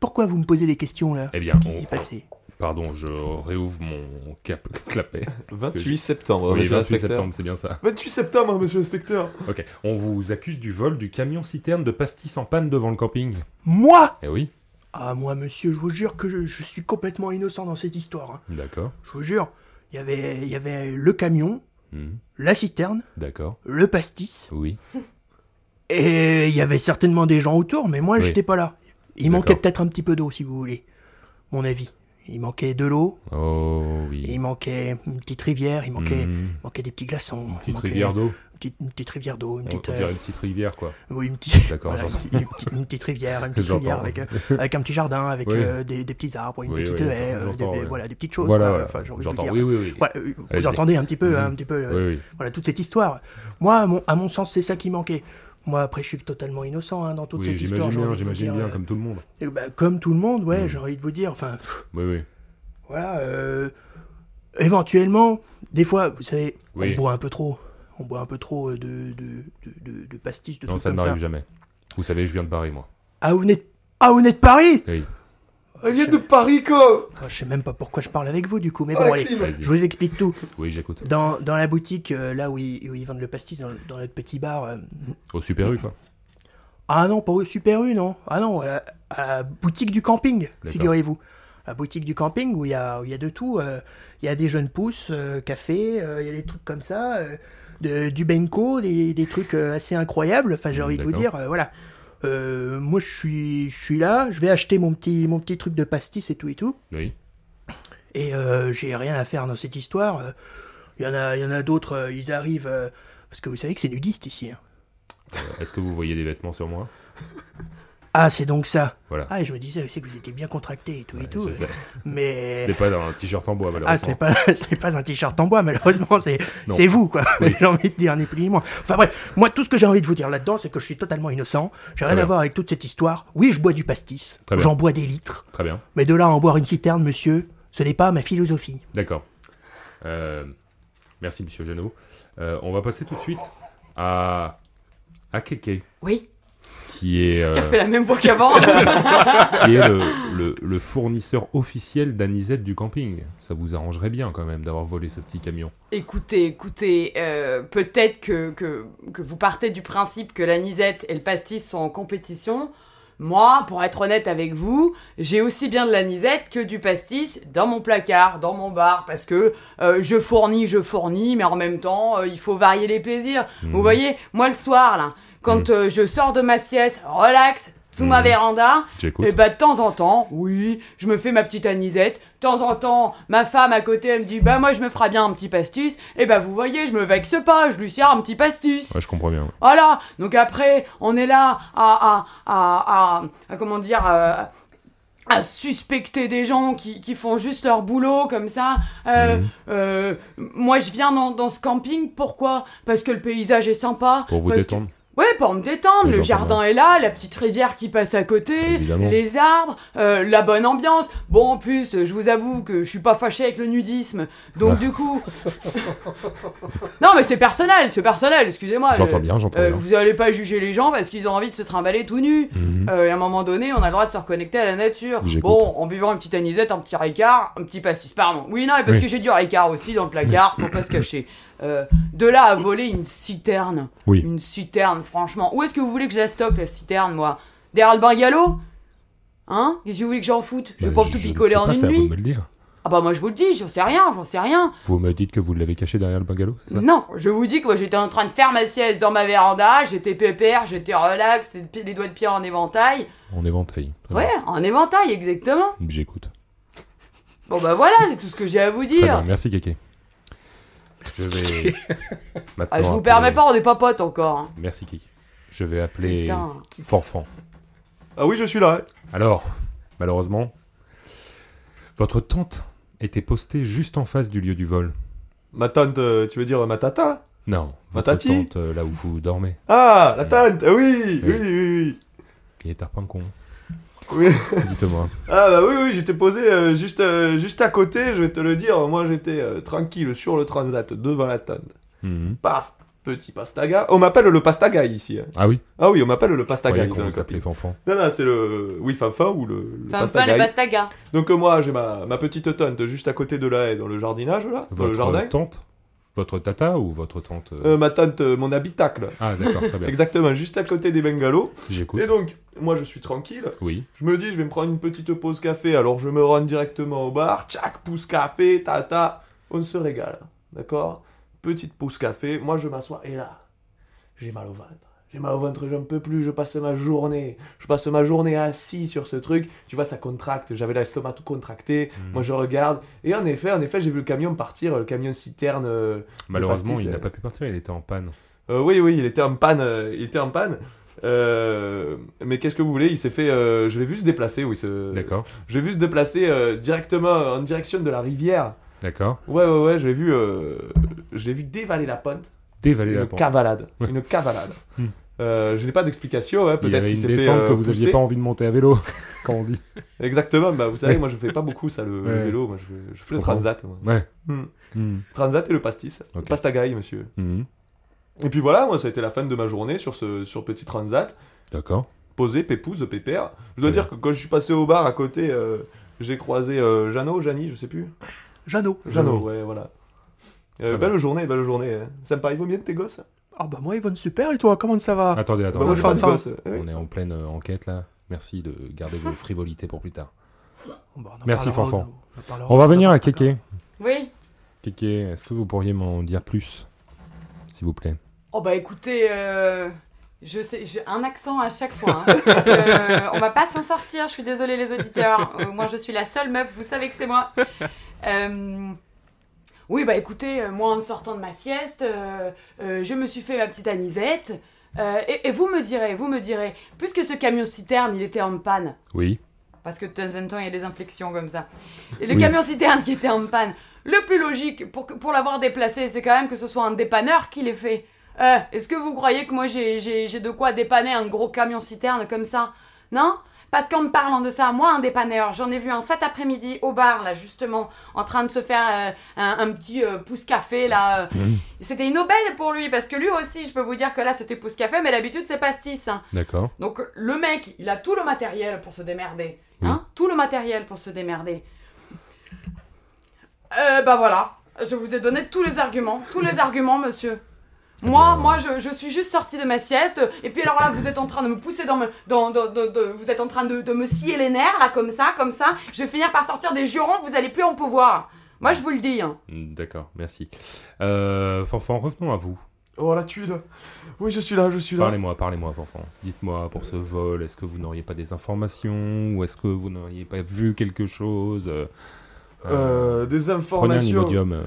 Speaker 3: Pourquoi vous me posez les questions, là
Speaker 2: Eh bien,
Speaker 3: Qu'est-ce qui
Speaker 2: on-
Speaker 3: s'est passé
Speaker 2: pardon, je réouvre mon cap clapet.
Speaker 5: 28 septembre,
Speaker 2: oui, 28
Speaker 5: monsieur Oh, l'inspecteur.
Speaker 2: septembre, c'est bien ça.
Speaker 5: 28 septembre, monsieur l'inspecteur.
Speaker 2: Ok, on vous accuse du vol du camion citerne de pastis en panne devant le camping.
Speaker 3: Moi
Speaker 2: Eh oui,
Speaker 3: Ah, moi, monsieur, je vous jure que je, je suis complètement innocent dans cette histoire. hein.
Speaker 2: d'accord.
Speaker 3: Je vous jure. Il y avait, il y avait le camion,
Speaker 2: Hmm,
Speaker 3: la citerne,
Speaker 2: d'accord,
Speaker 3: le pastis,
Speaker 2: oui.
Speaker 3: et il y avait certainement des gens autour, mais moi,
Speaker 2: Oui.
Speaker 3: j'étais pas là. Il
Speaker 2: D'accord.
Speaker 3: manquait peut-être un petit peu d'eau, si vous voulez. Mon avis. Il manquait de l'eau,
Speaker 2: Oh oui.
Speaker 3: il manquait une petite rivière, il manquait,
Speaker 2: Hmm,
Speaker 3: il manquait des petits glaçons.
Speaker 2: Une
Speaker 3: il
Speaker 2: petite
Speaker 3: manquait
Speaker 2: rivière d'eau.
Speaker 3: Une petite, une petite rivière d'eau, une
Speaker 2: On on
Speaker 3: petite... euh,
Speaker 2: dirait une petite rivière, quoi.
Speaker 3: oui, une petite...
Speaker 2: D'accord,
Speaker 3: voilà, une,
Speaker 2: j'entends.
Speaker 3: petite- une petite- une petite rivière, une petite
Speaker 2: J'entends.
Speaker 3: rivière avec, euh, avec un petit jardin, avec
Speaker 2: Oui.
Speaker 3: euh, des, des petits arbres, une
Speaker 2: Oui,
Speaker 3: petite
Speaker 2: oui,
Speaker 3: haie, euh,
Speaker 2: j'entends,
Speaker 3: des- des-
Speaker 2: ouais.
Speaker 3: voilà, des petites choses.
Speaker 2: voilà,
Speaker 3: quoi.
Speaker 2: voilà.
Speaker 3: Enfin, j'ai envie de vous
Speaker 2: j'entends.
Speaker 3: dire.
Speaker 2: Oui, oui, oui.
Speaker 3: Voilà, euh, vous
Speaker 2: Allez-y.
Speaker 3: entendez un petit peu,
Speaker 2: Mhm.
Speaker 3: un petit peu, euh,
Speaker 2: Oui, oui.
Speaker 3: voilà toute cette histoire. Moi, à mon, à mon sens, c'est ça qui manquait. Moi, après, je suis totalement innocent hein, dans toute
Speaker 2: Oui,
Speaker 3: cette
Speaker 2: j'imagine
Speaker 3: histoire. j'ai
Speaker 2: bien,
Speaker 3: envie de vous
Speaker 2: j'imagine
Speaker 3: dire,
Speaker 2: bien,
Speaker 3: euh,
Speaker 2: comme tout le monde.
Speaker 3: eh ben, comme tout le monde, ouais,
Speaker 2: Mhm.
Speaker 3: j'ai envie de vous dire. Enfin, pff,
Speaker 2: Oui, oui.
Speaker 3: voilà. euh, éventuellement, des fois, vous savez,
Speaker 2: Oui.
Speaker 3: on boit un peu trop. On boit un peu trop euh, de, de, de, de, de pastis, de
Speaker 2: Non,
Speaker 3: trucs
Speaker 2: ça ne
Speaker 3: comme ça.
Speaker 2: m'arrive jamais. Vous savez, je viens de Paris, moi.
Speaker 3: Ah, vous venez de, ah, vous venez de Paris
Speaker 2: Oui,
Speaker 5: Elle vient de Paris, quoi
Speaker 3: Ah, Je sais même pas pourquoi je parle avec vous, du coup, mais
Speaker 5: Oh,
Speaker 3: bon,
Speaker 5: la
Speaker 3: allez.
Speaker 5: clim
Speaker 2: vas-y.
Speaker 3: Je vous explique tout.
Speaker 2: Oui, j'écoute.
Speaker 3: Dans, dans la boutique, euh, là où ils, où ils vendent le pastis, dans, le- dans notre petit bar, euh,
Speaker 2: Au Super U, quoi.
Speaker 3: Ah non, pas au Super U, non. Ah non, à la, à la boutique du camping,
Speaker 2: D'accord.
Speaker 3: figurez-vous. La boutique du camping où il y a, où il y a de tout. euh, Il y a des jeunes pousses, euh, café, euh, il y a des trucs comme ça, euh, de- du benko, des, des trucs euh, assez incroyables. Enfin, j'ai
Speaker 2: Mm,
Speaker 3: envie de vous
Speaker 2: d'accord.
Speaker 3: dire, euh, voilà. Euh, moi, je suis, je suis là, je vais acheter mon petit, mon petit truc de pastis et tout et tout.
Speaker 2: Oui.
Speaker 3: Et euh, j'ai rien à faire dans cette histoire. Euh, Il y en a, il y en a d'autres, euh, ils arrivent. euh, parce que vous savez que c'est nudiste ici. hein.
Speaker 2: Est-ce que vous voyez des vêtements sur moi
Speaker 3: Ah, c'est donc ça.
Speaker 2: Voilà.
Speaker 3: Ah, et je me disais aussi que vous étiez bien contracté et tout et tout.
Speaker 2: Je sais. Ce
Speaker 3: Mais.
Speaker 2: n'est pas dans un t-shirt en bois, malheureusement.
Speaker 3: Ah, ce n'est pas, ce n'est pas un t-shirt en bois, malheureusement, c'est,
Speaker 2: Non.
Speaker 3: c'est vous, quoi.
Speaker 2: Oui.
Speaker 3: j'ai envie de dire, ni plus ni moins. Enfin bref, moi, tout ce que j'ai envie de vous dire là-dedans, c'est que je suis totalement innocent. J'ai rien
Speaker 2: bien.
Speaker 3: à voir avec toute cette histoire. Oui, je bois du pastis.
Speaker 2: Très bien.
Speaker 3: J'en bois des litres.
Speaker 2: Très bien.
Speaker 3: Mais de là à en boire une citerne, monsieur, ce n'est pas ma philosophie.
Speaker 2: D'accord. Euh, merci, monsieur Jeannot. Euh, on va passer tout de suite à, à Keke,
Speaker 4: Oui,
Speaker 2: qui est, euh,
Speaker 4: qui refait la même voix qu'avant.
Speaker 2: qui est le, le- le fournisseur officiel d'anisette du camping. Ça vous arrangerait bien, quand même, d'avoir volé ce petit camion.
Speaker 4: Écoutez, écoutez, euh, peut-être que, que, que vous partez du principe que l'anisette et le pastis sont en compétition. Moi, pour être honnête avec vous, j'ai aussi bien de l'anisette que du pastis dans mon placard, dans mon bar, parce que euh, je fournis, je fournis, mais en même temps, euh, il faut varier les plaisirs. Vous
Speaker 2: Mhm.
Speaker 4: voyez, moi le soir, là, quand euh, je sors de ma sieste, relax, sous ma
Speaker 2: Mhm.
Speaker 4: véranda,
Speaker 2: J'écoute.
Speaker 4: Eh ben, et bah de temps en temps, oui, je me fais ma petite anisette, De temps en temps, ma femme à côté, elle me dit Bah, moi, je me ferai bien un petit pastis. Et bah, vous voyez, je me vexe pas, je lui sers un petit pastis.
Speaker 2: Ouais, je comprends bien. ouais.
Speaker 4: Voilà. Donc après, on est là à, à, à, à- à- comment dire, euh, à suspecter des gens qui, qui font juste leur boulot comme ça. Euh,
Speaker 2: Mhm.
Speaker 4: euh, moi, je viens dans, dans ce camping. Pourquoi Parce que le paysage est sympa.
Speaker 2: Pour vous
Speaker 4: parce que-
Speaker 2: détendre.
Speaker 4: Ouais, pour me
Speaker 2: Les
Speaker 4: détendre. Le
Speaker 2: gens sont
Speaker 4: jardin est là, la petite rivière qui passe à côté,
Speaker 2: Évidemment.
Speaker 4: les arbres, euh, la bonne ambiance. Bon, en plus, euh, je vous avoue que je suis pas fâché avec le nudisme. Donc, du coup. non, mais c'est personnel, c'est personnel, excusez-moi.
Speaker 2: J'entends
Speaker 4: Euh,
Speaker 2: bien, j'entends
Speaker 4: euh,
Speaker 2: bien.
Speaker 4: vous allez pas juger les gens parce qu'ils ont envie de se trimballer tout nus.
Speaker 2: Mhm.
Speaker 4: Euh, et à un moment donné, on a le droit de se reconnecter à la nature.
Speaker 2: J'écoute.
Speaker 4: Bon, en buvant une petite anisette, un petit ricard, un petit pastis, pardon. Oui, non, mais parce
Speaker 2: Oui.
Speaker 4: que j'ai du ricard aussi dans le placard, faut pas se cacher. Euh, de là à voler une citerne.
Speaker 2: Oui.
Speaker 4: Une citerne, franchement. Où est-ce que vous voulez que je la stocke, la citerne, moi Derrière le bungalow Hein Qu'est-ce que vous voulez que j'en foute Je vais
Speaker 2: Bah,
Speaker 4: pas tout
Speaker 2: ne
Speaker 4: picoler
Speaker 2: sais
Speaker 4: en
Speaker 2: pas, c'est
Speaker 4: une
Speaker 2: à vous de
Speaker 4: nuit
Speaker 2: me le dire.
Speaker 4: Ah bah moi je vous le dis, j'en sais rien, j'en sais rien.
Speaker 2: Vous me dites que vous l'avez caché derrière le bungalow, c'est ça
Speaker 4: Non, je vous dis que moi j'étais en train de faire ma sieste dans ma véranda, j'étais pépère, j'étais relax, les pi- les doigts de pied en éventail.
Speaker 2: En éventail. Très
Speaker 4: Ouais, en éventail, exactement.
Speaker 2: bien. J'écoute.
Speaker 4: Bon bah voilà, c'est tout ce que j'ai à vous
Speaker 2: Très
Speaker 4: dire.
Speaker 2: bien, merci Kéké. Je vais. Maintenant
Speaker 4: Ah, je vous
Speaker 2: appeler-
Speaker 4: permets pas, on est pas potes encore. hein.
Speaker 2: Merci Kéké. Je vais appeler
Speaker 4: Putain.
Speaker 2: Forfan.
Speaker 5: Ah oui, je suis là.
Speaker 2: Alors, malheureusement, votre tente était postée juste en face du lieu du vol.
Speaker 5: Ma tante, euh, tu veux dire euh, ma tata
Speaker 2: Non, votre
Speaker 5: Matati
Speaker 2: tente euh, là où vous dormez.
Speaker 5: Ah, la tante, ah oui,
Speaker 2: Oui.
Speaker 5: oui, oui, oui.
Speaker 2: Il est tarpin con.
Speaker 5: Oui.
Speaker 2: Dites-moi.
Speaker 5: Ah bah oui, oui, j'étais posé euh, juste, euh, juste à côté, je vais te le dire, moi j'étais euh, tranquille sur le transat, devant la tente.
Speaker 2: Mhm.
Speaker 5: Paf, petit pastaga. On m'appelle le pastaga ici. hein.
Speaker 2: Ah oui,
Speaker 5: Ah oui, on m'appelle le
Speaker 2: vous
Speaker 5: pastaga.
Speaker 2: croyez
Speaker 5: dans
Speaker 2: qu'on
Speaker 5: le Euh,
Speaker 2: vous appelait
Speaker 5: camping.
Speaker 2: Fanfan.
Speaker 5: Non, non, c'est le... Oui, Fanfan ou le, le
Speaker 4: Enfin, pas
Speaker 5: pastaga.
Speaker 4: les pastagas.
Speaker 5: Donc euh, moi j'ai ma, ma petite tente juste à côté de la haie, dans le jardinage là, dans
Speaker 2: Votre
Speaker 5: le jardin.
Speaker 2: tante Votre tata ou votre tante euh,
Speaker 5: Euh, ma tante, euh, mon habitacle.
Speaker 2: Ah d'accord, très bien.
Speaker 5: Exactement, juste à côté des bungalows.
Speaker 2: J'écoute.
Speaker 5: Et donc, moi je suis tranquille.
Speaker 2: Oui.
Speaker 5: Je me dis, je vais me prendre une petite pause café. Alors je me rends directement au bar. Tchac, pousse café, tata. On se régale. D'accord Petite pause café. Moi je m'assois et là, j'ai mal au ventre. J'ai mal au ventre, j'en peux plus. Je passe ma journée. Je passe ma journée assis sur ce truc. Tu vois, ça contracte. J'avais l'estomac tout contracté.
Speaker 2: Mm.
Speaker 5: Moi je regarde. Et en effet, en effet, j'ai vu le camion partir, le camion citerne. euh,
Speaker 2: Malheureusement,
Speaker 5: pastis,
Speaker 2: il n'a
Speaker 5: euh.
Speaker 2: pas pu partir, il était en panne.
Speaker 5: euh, oui, oui, il était en panne. euh, il était en panne. Euh, mais qu'est-ce que vous voulez Il s'est fait. euh, je l'ai vu se déplacer. Oui, ce-
Speaker 2: D'accord,
Speaker 5: J'ai vu se déplacer euh, directement en direction de la rivière.
Speaker 2: d'accord.
Speaker 5: Ouais, ouais, ouais. Je l'ai vu. euh, je l'ai vu dévaler la pente.
Speaker 2: Dévaler
Speaker 5: Une
Speaker 2: la pente.
Speaker 5: cavalade.
Speaker 2: Ouais.
Speaker 5: Une cavalade.
Speaker 2: Hmm.
Speaker 5: Euh, je n'ai pas d'explication. hein,
Speaker 2: Il y
Speaker 5: Peut-être
Speaker 2: avait
Speaker 5: qu'il
Speaker 2: une
Speaker 5: s'est fait.
Speaker 2: descente
Speaker 5: euh,
Speaker 2: que vous
Speaker 5: pousser.
Speaker 2: aviez pas envie de monter à vélo, quand on dit.
Speaker 5: Exactement. Bah, vous savez,
Speaker 2: Ouais.
Speaker 5: moi, je fais pas beaucoup ça le, le
Speaker 2: Ouais.
Speaker 5: vélo. Moi, je fais, je fais le
Speaker 2: Comprends.
Speaker 5: transat. moi.
Speaker 2: Ouais.
Speaker 5: Hmm.
Speaker 2: Mhm.
Speaker 5: Transat et le pastis. Le
Speaker 2: Ok.
Speaker 5: Pastagaille, monsieur.
Speaker 2: Mhm.
Speaker 5: Et puis voilà, moi, ça a été la fin de ma journée sur ce sur petit transat.
Speaker 2: D'accord.
Speaker 5: posé, pépouze, pépère. Je dois
Speaker 2: Très
Speaker 5: dire que quand je suis passé au bar à côté, euh, j'ai croisé euh, Jeannot, Jani, je sais plus.
Speaker 3: Jeannot.
Speaker 5: Jeannot,
Speaker 2: Jeannot.
Speaker 5: ouais, voilà. Euh,
Speaker 2: Très
Speaker 5: belle journée, belle journée. hein. Sympa, ils vont bien tes gosses hein.
Speaker 3: Ah bah moi, ils vont super et toi, comment ça va
Speaker 2: Attendez,
Speaker 5: Bah, moi
Speaker 2: attendez.
Speaker 5: j'ai pas de
Speaker 3: Enfin,
Speaker 5: gosses. Ouais.
Speaker 2: on est en pleine euh, enquête là. Merci de garder vos frivolités pour plus tard.
Speaker 3: Bon, bah, on en
Speaker 2: Merci,
Speaker 3: parlera,
Speaker 2: Fanfan.
Speaker 3: on en parlera,
Speaker 2: On va
Speaker 3: en
Speaker 2: venir à
Speaker 3: parlera.
Speaker 2: Kéké.
Speaker 4: Oui.
Speaker 2: Kéké, est-ce que vous pourriez m'en dire plus S'il vous plaît.
Speaker 4: Oh bah écoutez, euh, je sais, j'ai un accent à chaque fois. hein. Je- on va pas s'en sortir, je suis désolée les auditeurs. Euh, Moi je suis la seule meuf, vous savez que c'est moi. Euh, oui bah écoutez, euh, moi en sortant de ma sieste, euh, euh, je me suis fait ma petite anisette. Euh, et, et vous me direz, vous me direz, puisque ce camion citerne il était en panne,
Speaker 2: Oui.
Speaker 4: Parce que de temps en temps, il y a des inflexions comme ça. Et le
Speaker 2: Oui.
Speaker 4: camion citerne qui était en panne, le plus logique pour, que- pour l'avoir déplacé, c'est quand même que ce soit un dépanneur qui l'ait fait. Euh, Est-ce que vous croyez que moi j'ai- j'ai j'ai de quoi dépanner un gros camion citerne comme ça Non Parce qu'en me parlant de ça, moi un dépanneur, j'en ai vu un cet après-midi au bar là justement, en train de se faire euh, un, un petit euh, pouce café là. euh,
Speaker 2: Mhm.
Speaker 4: C'était une aubaine pour lui parce que lui aussi, je peux vous dire que là c'était pouce café, mais d'habitude c'est pastis. hein.
Speaker 2: D'accord.
Speaker 4: Donc le mec, il a tout le matériel pour se démerder. Hein Tout le matériel pour se démerder. Euh, bah voilà, je vous ai donné tous les arguments. Tous les arguments, monsieur.
Speaker 2: Eh
Speaker 4: Moi,
Speaker 5: ben.
Speaker 2: bien-
Speaker 4: moi, je, je suis juste sortie de ma sieste. Et puis alors là, vous êtes en train de me pousser dans, me, dans, dans- dans- de- vous êtes en train de, de me scier les nerfs là, comme ça, comme ça. Je vais finir par sortir des jurons. Vous allez plus en pouvoir. Moi, je vous le dis. hein.
Speaker 2: Mm, D'accord, merci. Euh, Fanfan, revenons à vous.
Speaker 5: Oh la tuile Oui, je suis là, je suis là.
Speaker 2: Parlez-moi, parlez-moi, Fanfan. Dites-moi, pour ce vol, est-ce que vous n'auriez pas des informations Ou est-ce que vous n'auriez pas vu quelque chose euh,
Speaker 5: Euh, des
Speaker 2: Prenez un
Speaker 5: informations.
Speaker 2: Imodium. euh,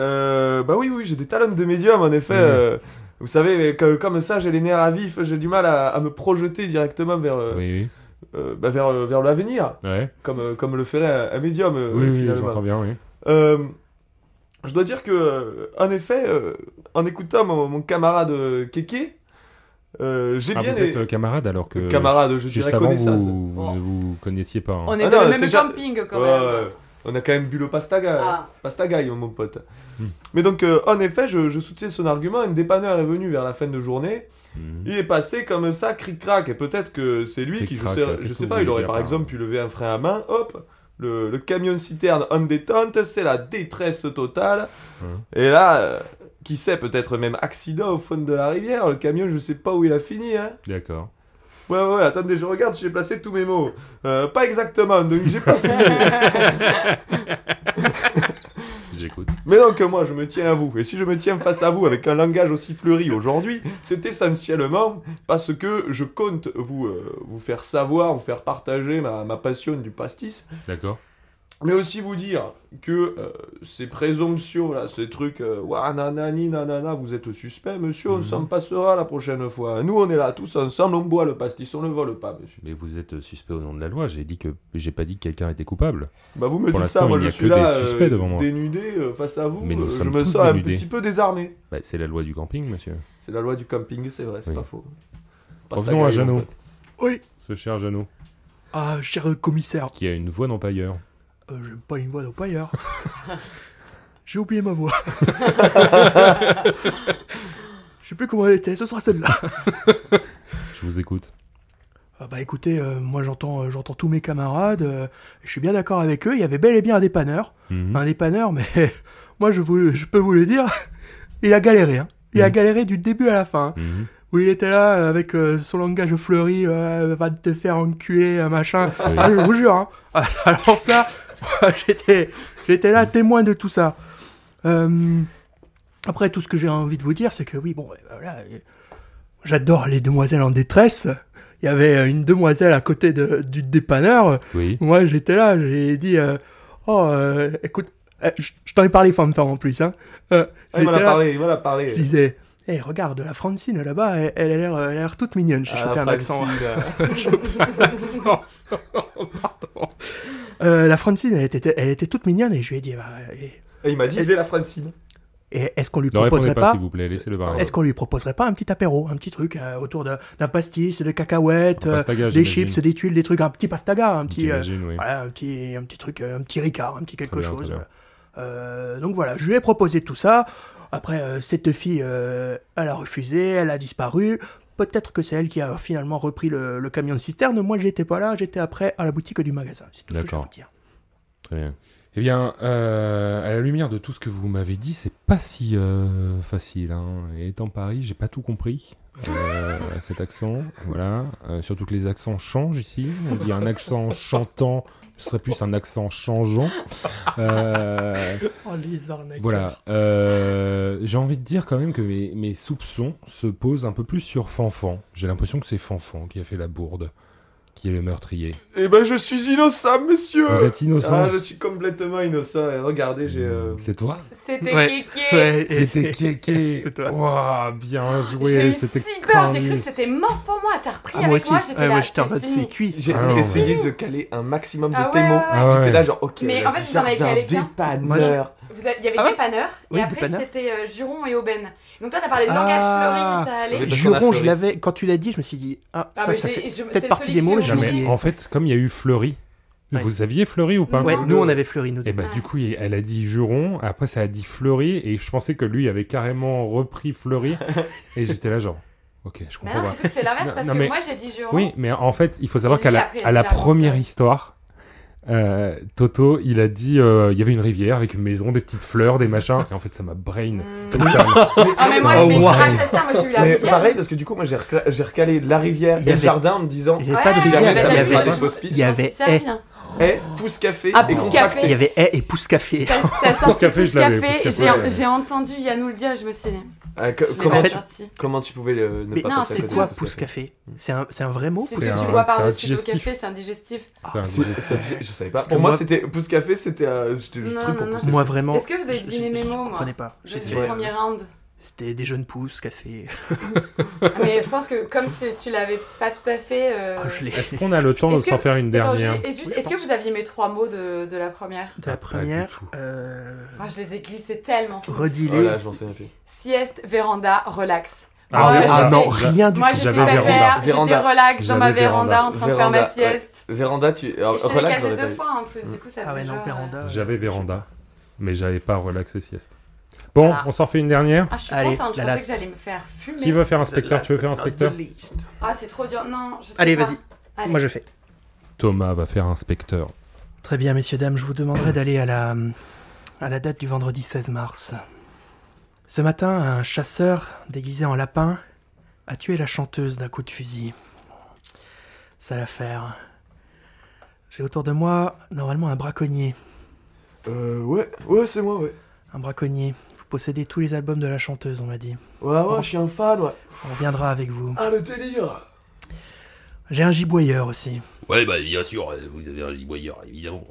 Speaker 5: Euh, bah oui, oui, j'ai des talons de médium, en effet.
Speaker 2: Oui.
Speaker 5: euh, vous savez, que- comme ça, j'ai les nerfs à vif, j'ai du mal à, à me projeter directement vers, euh,
Speaker 2: Oui,
Speaker 5: euh, bah, vers, euh, vers l'avenir,
Speaker 2: oui. Ouais.
Speaker 5: comme, euh, comme le ferait un, un médium, euh,
Speaker 2: oui, oui,
Speaker 5: finalement.
Speaker 2: j'entends bien, oui.
Speaker 5: Euh, je dois dire que, euh, en effet, euh, en écoutant mon, mon camarade euh, Kéké, euh, j'ai
Speaker 2: Ah,
Speaker 5: bien
Speaker 2: vous
Speaker 5: les-
Speaker 2: êtes euh, camarade alors que.
Speaker 5: camarade, je
Speaker 2: Juste
Speaker 5: dirais
Speaker 2: avant,
Speaker 5: connaissance.
Speaker 2: vous, vous ne vous connaissiez pas. hein.
Speaker 4: On est
Speaker 5: Ah
Speaker 4: dans
Speaker 5: non,
Speaker 4: le même
Speaker 5: c'est ja-
Speaker 4: camping quand
Speaker 5: Ouais,
Speaker 4: même.
Speaker 5: ouais. on a quand même bu le pastaga.
Speaker 4: Ah.
Speaker 5: Pastagaille, mon pote.
Speaker 2: Hmm.
Speaker 5: Mais donc, euh, en effet, je, je soutiens son argument. Un dépanneur est venu vers la fin de journée.
Speaker 2: Mhm.
Speaker 5: Il est passé comme ça, cric-crac. Et peut-être que c'est lui qui, je
Speaker 2: Cric-crac,
Speaker 5: sais,
Speaker 2: euh,
Speaker 5: je
Speaker 2: qu'est-ce
Speaker 5: sais
Speaker 2: que
Speaker 5: pas,
Speaker 2: vous
Speaker 5: il
Speaker 2: voulez
Speaker 5: aurait
Speaker 2: dire
Speaker 5: par
Speaker 2: par-
Speaker 5: exemple pu lever un frein à main. Hop, le, le camion citerne en détente, c'est la détresse totale.
Speaker 2: Hein.
Speaker 5: Et là, euh, qui sait, peut-être même accident au fond de la rivière. Le camion, je sais pas où il a fini. Hein.
Speaker 2: D'accord.
Speaker 5: Ouais, ouais, ouais, attendez, je regarde, j'ai placé tous mes mots. Euh, pas exactement, donc j'ai pas fini.
Speaker 2: J'écoute.
Speaker 5: Mais donc, moi, je me tiens à vous. Et si je me tiens face à vous avec un langage aussi fleuri aujourd'hui, c'est essentiellement parce que je compte vous, euh, vous faire savoir, vous faire partager ma, ma passion du pastis,
Speaker 2: D'accord.
Speaker 5: mais aussi vous dire que euh, ces présomptions, là, ces trucs, euh, Ouah, nanani, nanana, vous êtes suspect, monsieur, on
Speaker 2: Mhm.
Speaker 5: s'en passera la prochaine fois. Nous, on est là, tous ensemble, on boit le pastis, on ne vole pas, monsieur.
Speaker 2: Mais vous êtes euh, suspect au nom de la loi. J'ai dit que j'ai pas dit que quelqu'un était coupable.
Speaker 5: Bah, vous me
Speaker 2: Pour
Speaker 5: dites ça,
Speaker 2: l'instant,
Speaker 5: moi,
Speaker 2: il n'y a
Speaker 5: je suis
Speaker 2: que
Speaker 5: là, euh,
Speaker 2: des suspects devant moi.
Speaker 5: dénudé euh, face à vous,
Speaker 2: Mais nous
Speaker 5: euh, je
Speaker 2: sommes
Speaker 5: me
Speaker 2: tous
Speaker 5: sens
Speaker 2: dénudés.
Speaker 5: un petit peu désarmé.
Speaker 2: Bah, c'est la loi du camping, monsieur.
Speaker 5: C'est la loi du camping, c'est vrai, c'est
Speaker 2: Oui.
Speaker 5: pas faux.
Speaker 2: Revenons à
Speaker 5: Pastagaille,
Speaker 2: Jeannot.
Speaker 5: en fait.
Speaker 3: Oui.
Speaker 2: Ce cher Jeannot,
Speaker 3: Ah, cher euh, commissaire,
Speaker 2: qui a une voix n'empailleur.
Speaker 3: euh, j'aime pas une voix d'ailleurs. J'ai oublié ma voix. Je sais plus comment elle était, ce sera celle-là.
Speaker 2: Je vous écoute.
Speaker 3: Ah bah écoutez, euh, moi j'entends euh, j'entends tous mes camarades, euh, je suis bien d'accord avec eux, il y avait bel et bien un dépanneur.
Speaker 2: Mhm.
Speaker 3: Un dépanneur, mais moi je, vous, je peux vous le dire, il a galéré. Hein. Il a
Speaker 2: Mhm.
Speaker 3: galéré du début à la fin. hein.
Speaker 2: Mhm.
Speaker 3: où il était là euh, avec euh, son langage fleuri, euh, va te faire enculer, euh, machin.
Speaker 2: Oui.
Speaker 3: Ah, je vous jure. hein. Ah, Alors ça, j'étais, j'étais là témoin de tout ça. Euh, après, tout ce que j'ai envie de vous dire, c'est que oui, bon, euh, voilà, euh, j'adore les demoiselles en détresse. Il y avait euh, une demoiselle à côté de- du dépanneur.
Speaker 2: Oui.
Speaker 3: Moi, j'étais là, j'ai dit, euh, oh, euh, écoute, euh, je je t'en ai parlé, femme femme en plus. Hein. Euh,
Speaker 5: Ah, il m'en a
Speaker 3: j'étais là,
Speaker 5: parlé, il m'en a parlé.
Speaker 3: je disais, Hey, regarde, la Francine là-bas, elle, elle a l'air- elle a l'air toute mignonne. J'ai
Speaker 5: Ah,
Speaker 3: chopé un
Speaker 5: Francine,
Speaker 3: accent. hein.
Speaker 5: euh,
Speaker 3: Euh, la Francine, elle était, elle était toute mignonne et je lui ai dit, bah, et,
Speaker 5: et Ah, il m'a dit, il est la Francine.
Speaker 3: et est-ce qu'on lui
Speaker 2: Ne répondez
Speaker 3: proposerait
Speaker 2: pas,
Speaker 3: pas,
Speaker 2: s'il vous plaît. Laissez-le parler.
Speaker 3: est-ce qu'on lui proposerait pas un petit apéro, un petit truc euh, autour de- d'un pastis, de cacahuètes,
Speaker 2: Un
Speaker 3: euh,
Speaker 2: pastaga,
Speaker 3: des
Speaker 2: j'imagine.
Speaker 3: chips, des tuiles, des trucs, un petit pastaga, un petit, euh,
Speaker 2: J'imagine, oui.
Speaker 3: voilà, un petit, un petit truc, euh, un petit Ricard, un petit quelque
Speaker 2: Très bien,
Speaker 3: chose.
Speaker 2: très bien.
Speaker 3: Euh, donc voilà, je lui ai proposé tout ça. Après, euh, cette fille, euh, elle a refusé, elle a disparu. Peut-être que c'est elle qui a finalement repris le, le camion de cisterne. Moi, j'étais pas là, j'étais après à la boutique du magasin. C'est tout ce que je veux
Speaker 2: D'accord.
Speaker 3: dire.
Speaker 2: Très bien. Eh bien, euh, à la lumière de tout ce que vous m'avez dit, c'est pas si euh, facile. hein. Et étant Paris, j'ai pas tout compris. euh, à cet accent, voilà. Euh, surtout que les accents changent ici. On dit un accent chantant, ce serait plus un accent changeant. Euh,
Speaker 3: Oh, les Ah, arnaques.
Speaker 2: voilà. Euh, j'ai envie de dire quand même que mes, mes soupçons se posent un peu plus sur Fanfan. J'ai l'impression que c'est Fanfan qui a fait la bourde, qui est le meurtrier.
Speaker 5: Eh ben, je suis innocent, monsieur.
Speaker 2: Vous êtes innocent.
Speaker 5: Ah, je suis complètement innocent. Et regardez, j'ai. euh,
Speaker 2: C'est toi
Speaker 4: C'était
Speaker 3: Ouais.
Speaker 4: kéké.
Speaker 3: Ouais, et-
Speaker 2: C'était Kéké.
Speaker 3: C'est toi.
Speaker 2: Ouah, bien
Speaker 4: J'ai
Speaker 2: joué.
Speaker 4: eu
Speaker 2: C'était
Speaker 4: si peur, j'ai cru que
Speaker 2: crâne.
Speaker 4: c'était mort pour moi. T'as repris
Speaker 3: Ah,
Speaker 4: avec
Speaker 3: moi aussi.
Speaker 4: moi, j'étais
Speaker 3: Ouais,
Speaker 4: là,
Speaker 3: moi, j'étais en
Speaker 4: c'est
Speaker 3: mode, c'est
Speaker 4: fini.
Speaker 3: cuit.
Speaker 5: J'ai
Speaker 2: Ah non,
Speaker 5: essayé
Speaker 4: mais-
Speaker 5: de caler un maximum de
Speaker 4: Ah ouais,
Speaker 5: témoins.
Speaker 4: ouais, ouais.
Speaker 2: Ah ouais.
Speaker 5: J'étais là, genre, ok.
Speaker 4: Mais en fait, vous en avez calé qu'un.
Speaker 3: Moi, je-
Speaker 5: dépanneur.
Speaker 4: Vous avez- Il y avait
Speaker 3: Ah ouais
Speaker 4: Dépanneur,
Speaker 3: Oui,
Speaker 4: et après
Speaker 3: Dépanneur.
Speaker 4: c'était euh, Juron et Aubaine. Donc toi, t'as parlé de langage
Speaker 3: Ah.
Speaker 4: fleuri, ça allait.
Speaker 5: Mais-
Speaker 3: Juron,
Speaker 5: Fleury.
Speaker 3: je l'avais. Quand tu l'as dit, je me suis dit, ah,
Speaker 4: Ah,
Speaker 3: ça,
Speaker 4: mais
Speaker 3: ça
Speaker 4: j'ai-
Speaker 3: fait.
Speaker 4: je- c'est
Speaker 3: peut-être
Speaker 4: celui
Speaker 3: partie des
Speaker 4: que
Speaker 3: mots,
Speaker 4: j'ai
Speaker 3: j'ai
Speaker 2: Non,
Speaker 4: oublié.
Speaker 2: mais en fait, comme il y a eu Fleury,
Speaker 3: Ouais.
Speaker 2: vous aviez Fleury ou pas
Speaker 3: Ouais,
Speaker 4: Non,
Speaker 3: nous,
Speaker 4: le-
Speaker 3: on avait fleuri, nous deux.
Speaker 2: Et
Speaker 4: Ah.
Speaker 2: bah, du coup, elle a dit Juron, après ça a dit Fleury, et je pensais que lui avait carrément repris Fleury, et j'étais là, genre, ok, je
Speaker 4: Mais
Speaker 2: comprends
Speaker 4: non,
Speaker 2: pas.
Speaker 4: surtout que c'est l'inverse,
Speaker 2: Non,
Speaker 4: parce
Speaker 2: non,
Speaker 4: que
Speaker 2: mais-
Speaker 4: moi j'ai dit Juron.
Speaker 2: Oui, mais en fait, il faut savoir
Speaker 4: Et lui,
Speaker 2: qu'à la,
Speaker 4: après, il a
Speaker 2: à la
Speaker 4: déjà
Speaker 2: première
Speaker 4: rentré.
Speaker 2: histoire, euh, Toto, il a dit euh, il y avait une rivière avec une maison, des petites fleurs, des machins, et en fait, ça m'a brain.
Speaker 4: Mm.
Speaker 2: total.
Speaker 4: Ah, mais moi,
Speaker 5: Oh,
Speaker 4: mais
Speaker 5: wow.
Speaker 4: grâce à ça, moi j'ai eu la
Speaker 5: Mais
Speaker 4: rivière.
Speaker 5: pareil, parce que du coup, moi, j'ai recla- j'ai recalé la rivière
Speaker 3: Il y
Speaker 5: et le
Speaker 3: avait-
Speaker 5: jardin en me disant,
Speaker 3: Il y
Speaker 4: Ouais,
Speaker 3: avait pas de
Speaker 4: mais
Speaker 5: jamais
Speaker 3: rivière,
Speaker 4: t'as
Speaker 5: ça
Speaker 3: il y
Speaker 5: ne
Speaker 4: dit-
Speaker 5: fera
Speaker 3: avait.
Speaker 5: des fausses pistes.
Speaker 4: je m'en
Speaker 3: Il y
Speaker 4: suis
Speaker 3: avait-
Speaker 4: servi, hein.
Speaker 5: Eh, pouce café
Speaker 4: Ah,
Speaker 5: et
Speaker 4: pouce
Speaker 5: contracté.
Speaker 4: café.
Speaker 3: Il y avait haie et pouce café.
Speaker 4: T'as t'as
Speaker 2: Pousse
Speaker 4: sorti
Speaker 2: café,
Speaker 4: Pouce
Speaker 2: je l'avais,
Speaker 4: Café,
Speaker 2: Pousse
Speaker 4: j'ai-
Speaker 5: café.
Speaker 4: j'ai entendu Yannou le dire, je me suis dit.
Speaker 5: Ah, co-
Speaker 4: Je l'ai
Speaker 5: comment,
Speaker 4: pas
Speaker 5: tu,
Speaker 4: sorti.
Speaker 5: comment tu pouvais le- ne
Speaker 3: Mais
Speaker 5: pas
Speaker 4: non,
Speaker 5: passer à
Speaker 3: C'est
Speaker 5: côté de
Speaker 3: quoi
Speaker 5: Pousse
Speaker 3: pousse café C'est un, c'est un vrai mot
Speaker 4: C'est
Speaker 3: pousse
Speaker 4: ce que
Speaker 2: un-
Speaker 4: tu bois
Speaker 2: c'est un
Speaker 4: par-dessus au
Speaker 2: digestif.
Speaker 4: café, c'est un digestif.
Speaker 2: C'est un
Speaker 5: C'est-
Speaker 2: digestif.
Speaker 5: c'est- Je savais pas.
Speaker 3: Parce que
Speaker 5: Pour moi,
Speaker 3: moi-
Speaker 5: c'était pousse café, c'était euh, c'était juste
Speaker 4: Non,
Speaker 5: truc pour
Speaker 4: non, non.
Speaker 5: pousser.
Speaker 3: Moi vraiment.
Speaker 4: Est-ce que vous avez
Speaker 3: je-
Speaker 4: deviné
Speaker 3: je-
Speaker 4: mes
Speaker 3: je
Speaker 4: mots, moi
Speaker 3: comprenais pas. J'ai
Speaker 4: J'ai fait
Speaker 3: fait,
Speaker 4: le
Speaker 3: euh,
Speaker 4: premier round.
Speaker 3: C'était des jeunes pousses, café.
Speaker 4: Ah, Mais je pense que comme tu, tu l'avais pas tout à fait. euh,
Speaker 3: Ah, je l'ai.
Speaker 2: Est-ce qu'on a le temps de
Speaker 4: Est-ce que-
Speaker 2: s'en faire une
Speaker 4: Attends,
Speaker 2: dernière
Speaker 4: je- et juste,
Speaker 3: Oui,
Speaker 4: est-ce que vous aviez mes trois mots de, de la première
Speaker 3: De la
Speaker 2: Ah, pas du
Speaker 3: première,
Speaker 2: tout.
Speaker 3: euh,
Speaker 4: Ah, Je les ai glissés tellement.
Speaker 5: Oh
Speaker 3: redilé.
Speaker 5: là, je m'en souviens plus.
Speaker 4: Sieste, véranda, relax.
Speaker 2: Ah,
Speaker 4: Moi,
Speaker 2: oui,
Speaker 5: ah
Speaker 4: j'étais-
Speaker 5: non,
Speaker 3: Rien du
Speaker 4: Moi,
Speaker 3: tout.
Speaker 4: j'étais
Speaker 2: J'avais
Speaker 4: pas
Speaker 2: véranda.
Speaker 4: faire, j'étais
Speaker 5: Véranda.
Speaker 4: relax dans ma
Speaker 2: J'avais véranda.
Speaker 4: véranda en train de faire ma
Speaker 5: Véranda, ouais.
Speaker 4: sieste.
Speaker 5: Véranda, tu.
Speaker 3: Oh,
Speaker 4: Et je te l'ai
Speaker 5: relax,
Speaker 4: cassé
Speaker 5: j'aurais pas
Speaker 4: deux
Speaker 5: eu.
Speaker 4: fois hein, en plus, du coup ça
Speaker 3: Ah ouais,
Speaker 4: faisait
Speaker 3: non,
Speaker 4: genre... euh,
Speaker 3: Véranda.
Speaker 2: J'avais Véranda, mais j'avais pas relax et sieste. Bon,
Speaker 4: Ah.
Speaker 2: on s'en fait une dernière
Speaker 4: Ah, je suis
Speaker 3: Allez,
Speaker 4: contente, je
Speaker 3: la
Speaker 4: pensais
Speaker 3: last.
Speaker 4: que j'allais me faire fumer.
Speaker 2: Qui veut
Speaker 3: euh,
Speaker 2: faire inspecteur Tu veux faire inspecteur
Speaker 4: Ah, c'est trop dur. Non, je sais
Speaker 3: Allez,
Speaker 4: pas.
Speaker 3: vas-y.
Speaker 4: Allez.
Speaker 3: Moi, je fais.
Speaker 2: Thomas va faire inspecteur.
Speaker 3: Très bien, messieurs, dames, je vous demanderai d'aller à la, à la date du vendredi 16 mars. Ce matin, un chasseur déguisé en lapin a tué la chanteuse d'un coup de fusil. Ça l'affaire. J'ai autour de moi normalement un braconnier.
Speaker 5: Euh, ouais, ouais, c'est moi, ouais.
Speaker 3: Un braconnier. Vous possédez tous les albums de la chanteuse, on m'a dit.
Speaker 5: Ouais, ouais, je suis un fan, ouais.
Speaker 3: On reviendra avec vous.
Speaker 5: Ah, le délire
Speaker 3: J'ai un giboyeur aussi.
Speaker 1: Ouais, bah bien sûr, euh, vous avez un giboyeur, évidemment.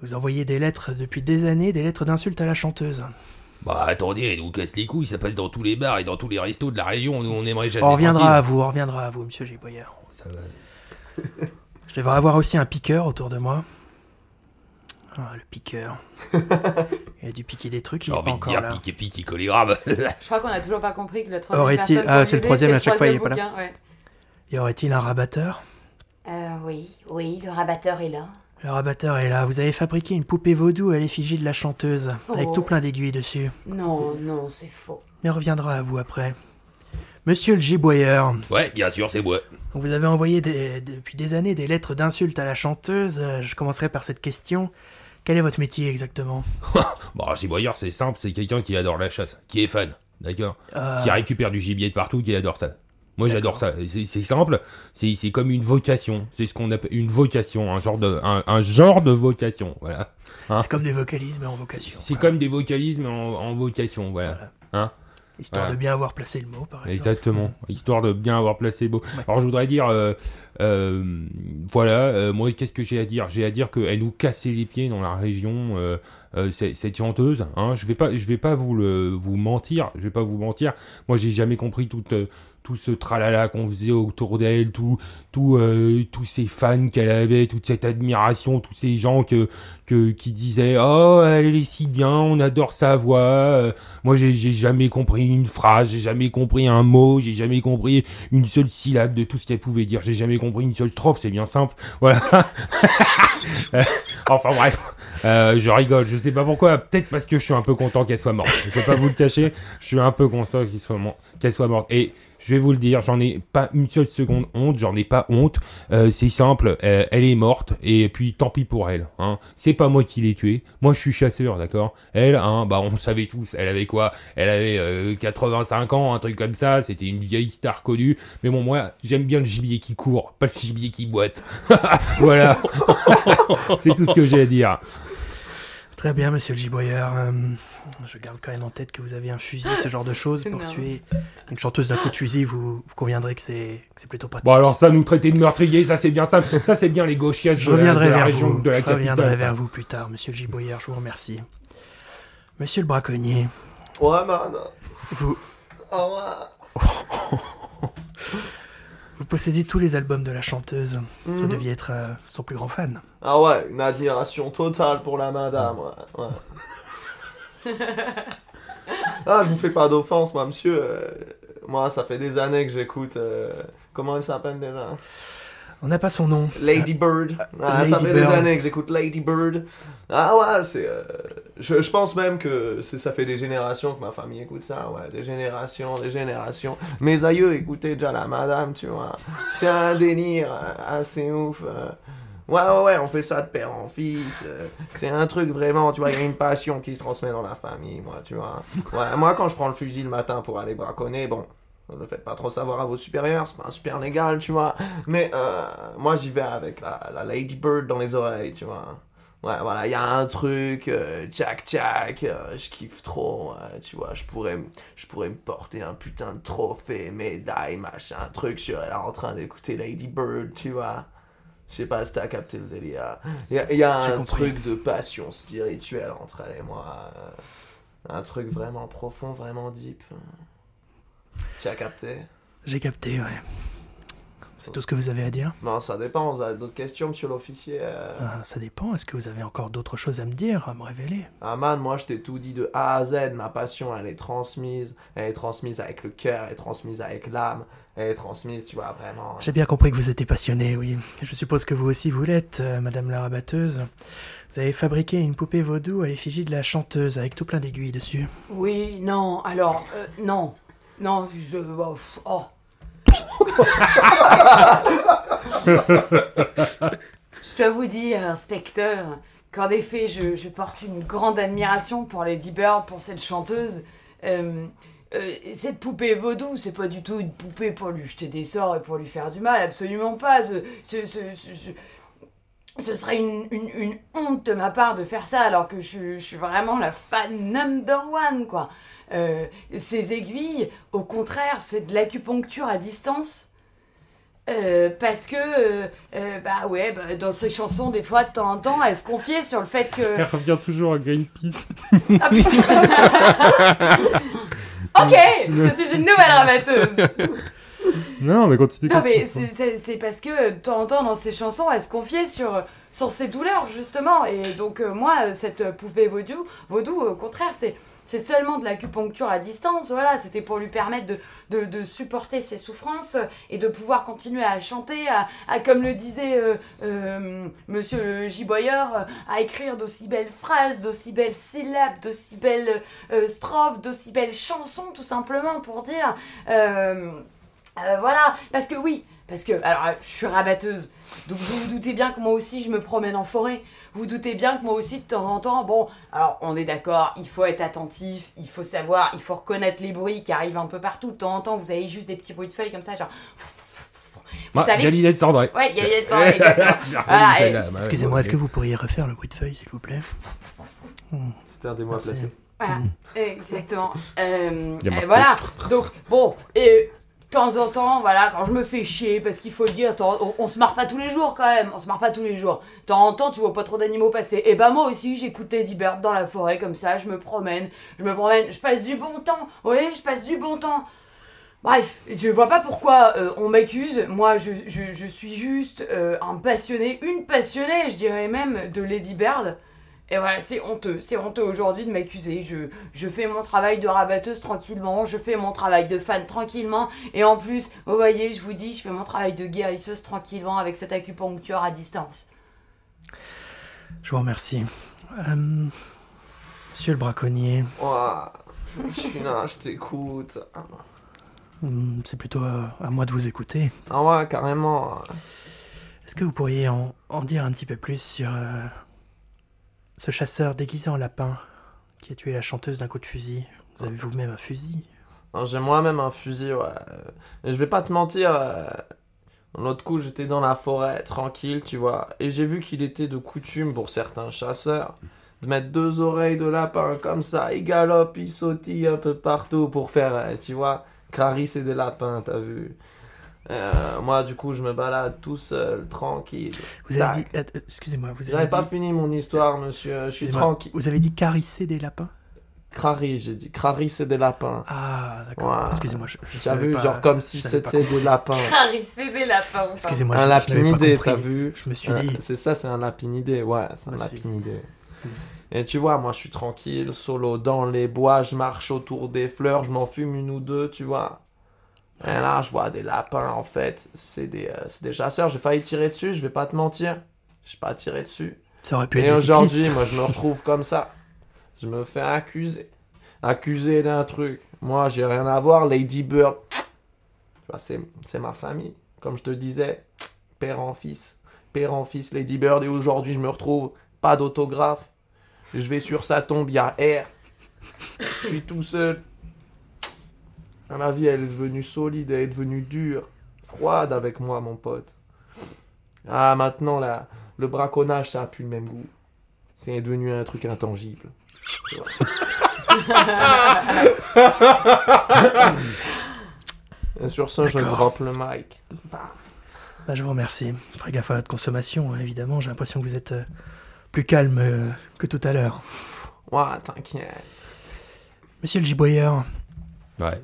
Speaker 3: Vous envoyez des lettres depuis des années, des lettres d'insultes à la chanteuse.
Speaker 1: Bah attendez, elle nous casse les couilles, ça passe dans tous les bars et dans tous les restos de la région, nous on aimerait chasser
Speaker 3: On reviendra à
Speaker 1: tranquille.
Speaker 3: vous, on reviendra à vous, monsieur giboyeur.
Speaker 1: Ça va.
Speaker 3: Je devrais avoir aussi un piqueur autour de moi. Ah, le piqueur. Il a dû piquer des trucs, il
Speaker 1: J'ai
Speaker 3: n'est pas
Speaker 1: envie de
Speaker 3: encore
Speaker 1: dire
Speaker 3: là.
Speaker 1: pique et pique, il collait grave.
Speaker 4: Je crois qu'on a toujours pas compris que le troisième
Speaker 3: Aurait-il-
Speaker 4: personne
Speaker 3: Ah,
Speaker 4: qu'on
Speaker 3: c'est le
Speaker 4: lisait,
Speaker 3: troisième, à chaque fois, il est
Speaker 4: troisième
Speaker 3: pas
Speaker 4: bouquin, ouais.
Speaker 3: Y aurait-il un rabatteur
Speaker 4: Euh, oui, oui, le rabatteur est là.
Speaker 3: Le rabatteur est là. Vous avez fabriqué une poupée vaudou à l'effigie de la chanteuse, avec
Speaker 4: Oh.
Speaker 3: tout plein d'aiguilles dessus.
Speaker 4: Non, non, c'est faux.
Speaker 3: Mais on reviendra à vous après. Monsieur le giboyeur,
Speaker 1: ouais, bien sûr, c'est moi.
Speaker 3: donc vous avez envoyé des- depuis des années des lettres d'insultes à la chanteuse. Euh, Je commencerai par cette question. Quel est votre métier exactement
Speaker 1: Bah un giboyeur, c'est simple, c'est quelqu'un qui adore la chasse, qui est fan, d'accord
Speaker 3: Euh,
Speaker 1: Qui récupère du gibier de partout, qui adore ça. Moi j'adore ça, Et c'est c'est simple, c'est c'est comme une vocation, c'est ce qu'on appelle une vocation, un genre de, un, un genre de vocation, voilà.
Speaker 2: hein.
Speaker 3: C'est comme des vocalismes en vocation.
Speaker 1: C'est
Speaker 3: voilà.
Speaker 1: comme des vocalismes en, en vocation, voilà.
Speaker 3: Histoire
Speaker 1: voilà.
Speaker 3: de bien avoir placé le mot, par exemple. Mm.
Speaker 2: Exactement, histoire de bien avoir placé beau. Alors je voudrais dire, euh, euh, voilà, euh, moi qu'est-ce que j'ai à dire J'ai à dire qu'elle nous cassait les pieds dans la région, euh, euh, c'est- cette chanteuse. Hein. Je vais pas, je vais pas vous le, vous mentir, je vais pas vous mentir. Moi j'ai jamais compris tout, euh, tout ce tralala qu'on faisait autour d'elle, tout, tout, euh, tous ces fans qu'elle avait, toute cette admiration, tous ces gens que, que qui disaient, oh elle est si bien, on adore sa voix. euh, moi, j'ai j'ai jamais compris une phrase, j'ai jamais compris un mot, j'ai jamais compris une seule syllabe de tout ce qu'elle pouvait dire, j'ai jamais compris une seule strophe, c'est bien simple. Voilà. enfin bref, Euh, je rigole, je sais pas pourquoi, peut-être parce que je suis un peu content qu'elle soit morte. Je vais pas vous le cacher, je suis un peu content qu'il soit mor- qu'elle soit morte. Et je vais vous le dire, j'en ai pas une seule seconde honte, j'en ai pas honte. Euh, c'est simple, euh, elle est morte et puis tant pis pour elle. Hein. C'est pas moi qui l'ai tuée, moi je suis chasseur, d'accord. Elle, hein, bah on savait tous, elle avait quoi Elle avait euh, 85 ans, un truc comme ça. C'était une vieille star connue. Mais bon, moi j'aime bien le gibier qui court, pas le gibier qui boite. voilà, c'est tout ce que j'ai à dire.
Speaker 3: Très bien, monsieur le giboyeur. Euh, je garde quand même en tête que vous avez un fusil, ce genre de choses, pour
Speaker 4: énorme.
Speaker 3: tuer une chanteuse d'un coup de fusil. Vous, vous conviendrez que c'est que c'est plutôt pratique.
Speaker 2: Bon alors ça, nous traiter de meurtrier, ça c'est bien simple. Ça c'est bien les gauchiasses
Speaker 3: je
Speaker 2: de, la, de
Speaker 3: reviendrai
Speaker 2: la
Speaker 3: vers
Speaker 2: région,
Speaker 3: vous.
Speaker 2: de la
Speaker 3: je reviendrai
Speaker 2: capitale. ça.
Speaker 3: vers vous plus tard, monsieur le giboyeur. Je vous remercie. Monsieur le braconnier,
Speaker 5: Ouais, man.
Speaker 3: vous,
Speaker 5: Ah, ouais.
Speaker 3: vous possédez tous les albums de la chanteuse. Vous
Speaker 5: Mhm.
Speaker 3: deviez être euh, son plus grand fan.
Speaker 5: Ah ouais, une admiration totale pour la madame, ouais. ouais. ah, je vous fais pas d'offense, moi, monsieur. euh, moi, ça fait des années que j'écoute... euh, comment elle s'appelle, déjà
Speaker 3: On n'a pas son nom.
Speaker 5: Lady Bird. Ah, ça
Speaker 3: Euh, Lady
Speaker 5: fait
Speaker 3: Bird.
Speaker 5: des années que j'écoute Lady Bird. Ah ouais, c'est... euh, je, je pense même que c'est- ça fait des générations que ma famille écoute ça, ouais. Des générations, des générations. Mes aïeux écoutaient déjà la madame, tu vois. C'est un délire euh, assez ouf. euh. Ouais, ouais, ouais, on fait ça de père en fils. euh. C'est un truc vraiment, tu vois, il y a une passion qui se transmet dans la famille, moi, tu vois. Ouais, moi, quand je prends le fusil le matin pour aller braconner, bon... Ne le faites pas trop savoir à vos supérieurs, c'est pas super légal, tu vois. Mais euh, moi, j'y vais avec la, la Lady Bird dans les oreilles, tu vois. Ouais, voilà, il y a un truc, euh, Jack Jack, euh, je kiffe trop, ouais, tu vois, je pourrais, m- je pourrais me porter un putain de trophée, médaille, machin, truc, je suis là en train d'écouter Lady Bird, tu vois. Je sais pas si t'as capté le délire. Il y a, il y a
Speaker 3: J'ai
Speaker 5: un
Speaker 3: compris.
Speaker 5: truc de passion spirituelle entre elle et moi. euh, Un truc vraiment profond, vraiment deep. Tu as capté
Speaker 3: J'ai capté, ouais. C'est tout ce que vous avez à dire
Speaker 5: Non, ça dépend, vous avez d'autres questions, monsieur l'officier euh
Speaker 3: Ah, Ça dépend, est-ce que vous avez encore d'autres choses à me dire, à me révéler
Speaker 5: Ah man, moi je t'ai tout dit de A à Z, ma passion elle est transmise, elle est transmise avec le cœur, elle est transmise avec l'âme, elle est transmise, tu vois, vraiment.
Speaker 3: J'ai bien compris que vous étiez passionné, oui. Je suppose que vous aussi vous l'êtes, euh, Madame la rabatteuse. Vous avez fabriqué une poupée vaudou à l'effigie de la chanteuse avec tout plein d'aiguilles dessus.
Speaker 4: Oui, non, alors, euh, non. Non, je. oh, pff, oh. je dois vous dire, inspecteur, qu'en effet, je, je porte une grande admiration pour Lady Bird, pour cette chanteuse. Euh, euh, cette poupée vaudou, c'est pas du tout une poupée pour lui jeter des sorts et pour lui faire du mal, absolument pas. Ce, ce- ce- ce- ce- ce serait une, une- une honte de ma part de faire ça alors que je, je suis vraiment la fan number one, quoi. Euh, ces aiguilles, au contraire, c'est de l'acupuncture à distance. Euh, parce que, euh, euh, bah ouais, bah, dans ces chansons, des fois, de temps en temps, elle se confiait sur le fait que.
Speaker 2: Elle revient toujours à Greenpeace.
Speaker 4: Ah putain. Ok, je suis une nouvelle rabatteuse
Speaker 2: Non, mais continue.
Speaker 4: Non, mais
Speaker 2: continue.
Speaker 4: c'est- c'est c'est parce que euh, de temps en temps, dans ses chansons, elle se confiait sur, sur ses douleurs, justement. Et donc, euh, moi, euh, cette euh, poupée vaudou, vaudou euh, au contraire, c'est. C'est seulement de l'acupuncture à distance, voilà, c'était pour lui permettre de, de, de supporter ses souffrances euh, et de pouvoir continuer à chanter, à, à, comme le disait euh, euh, monsieur le giboyeur, euh, à écrire d'aussi belles phrases, d'aussi belles syllabes, d'aussi belles euh, strophes, d'aussi belles chansons, tout simplement, pour dire... euh, euh, voilà, parce que oui, parce que, alors, euh, je suis rabatteuse, donc vous vous doutez bien que moi aussi je me promène en forêt. Vous vous doutez bien que moi aussi de temps en temps, bon, alors on est d'accord, il faut être attentif, il faut savoir, il faut reconnaître les bruits qui arrivent un peu partout. De temps en temps, vous avez juste des petits bruits de feuilles comme ça, genre.
Speaker 1: Bah,
Speaker 4: savez-
Speaker 1: Galilée de Cendrée.
Speaker 4: Ouais, il y a, il y a de ça, exactement. Voilà, et-
Speaker 3: Excusez-moi, est-ce que vous pourriez refaire le bruit de feuille, s'il vous plaît
Speaker 5: C'était un des mots à
Speaker 3: Merci.
Speaker 5: placer.
Speaker 4: Voilà, exactement. Euh,
Speaker 2: Hmm. Il y a
Speaker 4: euh,
Speaker 2: marqué.
Speaker 4: voilà, donc bon, et euh, de temps en temps, voilà, quand je me fais chier, parce qu'il faut le dire, t'en- on, on se marre pas tous les jours quand même, on se marre pas tous les jours. De temps en temps, tu vois pas trop d'animaux passer. Et ben moi aussi, j'écoute Lady Bird dans la forêt comme ça, je me promène, je me promène, je passe du bon temps, vous voyez, je passe du bon temps. Bref, je vois pas pourquoi euh, on m'accuse. Moi, je, je- je suis juste euh, un passionné, une passionnée, je dirais même, de Lady Bird. Et voilà, c'est honteux, c'est honteux aujourd'hui de m'accuser. Je, je fais mon travail de rabatteuse tranquillement, je fais mon travail de fan tranquillement, et en plus, vous voyez, je vous dis, je fais mon travail de guérisseuse tranquillement avec cette acupuncture à distance.
Speaker 3: Je vous remercie. Euh, Monsieur le braconnier,
Speaker 5: Ouah, putain, je t'écoute.
Speaker 3: hmm, c'est plutôt à, à moi de vous écouter.
Speaker 5: Ah ouais, carrément.
Speaker 3: Est-ce que vous pourriez en, en dire un petit peu plus sur euh, ce chasseur déguisé en lapin qui a tué la chanteuse d'un coup de fusil Vous avez vous-même un fusil
Speaker 5: Non, J'ai moi-même un fusil, ouais. Et je vais pas te mentir. euh, L'autre coup, j'étais dans la forêt, tranquille, tu vois. Et j'ai vu qu'il était de coutume pour certains chasseurs de mettre deux oreilles de lapin comme ça. Ils galopent, ils sautillent un peu partout pour faire, euh, tu vois. Clarisse et des lapins, t'as vu. Euh, moi, du coup, je me balade tout seul, tranquille.
Speaker 3: Vous avez
Speaker 5: Tac.
Speaker 3: dit. att- Excusez-moi, vous avez
Speaker 5: Bah, J'avais
Speaker 3: dit.
Speaker 5: pas fini mon histoire, monsieur. Je suis
Speaker 3: Excusez-moi,
Speaker 5: tranquille.
Speaker 3: Vous avez dit carisser des lapins
Speaker 5: Crari, j'ai dit. Crari, c'est des lapins.
Speaker 3: Ah, d'accord.
Speaker 5: Ouais.
Speaker 3: Excusez-moi, je, je
Speaker 5: T'as
Speaker 3: savais
Speaker 5: vu,
Speaker 3: pas-
Speaker 5: genre comme si
Speaker 3: je savais pas
Speaker 5: c'était des lapins.
Speaker 4: Carissez des lapins.
Speaker 3: Excusez-moi,
Speaker 5: Un
Speaker 3: je, je n'avais pas
Speaker 5: lapinidé,
Speaker 3: compris.
Speaker 5: t'as vu
Speaker 3: Je me suis
Speaker 5: Euh,
Speaker 3: dit,
Speaker 5: C'est ça, c'est un lapinidé, ouais, c'est un
Speaker 3: Moi aussi.
Speaker 5: lapinidé.
Speaker 3: Mm.
Speaker 5: Et tu vois, moi je suis tranquille, solo dans les bois, je marche autour des fleurs, je m'en fume une ou deux, tu vois. Et là, je vois des lapins en fait, c'est des, euh, c'est des chasseurs, j'ai failli tirer dessus, je vais pas te mentir. J'ai pas tiré dessus.
Speaker 3: ça aurait pu
Speaker 5: Et
Speaker 3: être des
Speaker 5: aujourd'hui,
Speaker 3: cyclistes.
Speaker 5: moi je me retrouve comme ça. Je me fais accuser. Accuser d'un truc. Moi j'ai rien à voir, Lady Bird. Tu vois, c'est c'est ma famille. Comme je te disais, père en fils. Père en fils, Lady Bird. Et aujourd'hui, je me retrouve pas d'autographe. Je vais sur sa tombe, il y a R. Je suis tout seul. La vie, elle est devenue solide, elle est devenue dure, froide avec moi, mon pote. Ah, maintenant, là, le braconnage, ça a plus le même goût. C'est devenu un truc intangible. Et sur ça, je
Speaker 3: D'accord.
Speaker 5: drop le mic.
Speaker 3: Bah, je vous remercie. Ferez gaffe à votre consommation, hein, évidemment. J'ai l'impression que vous êtes euh, plus calme euh, que tout à l'heure.
Speaker 5: Ouah, t'inquiète.
Speaker 3: Monsieur le giboyeur,
Speaker 6: Ouais.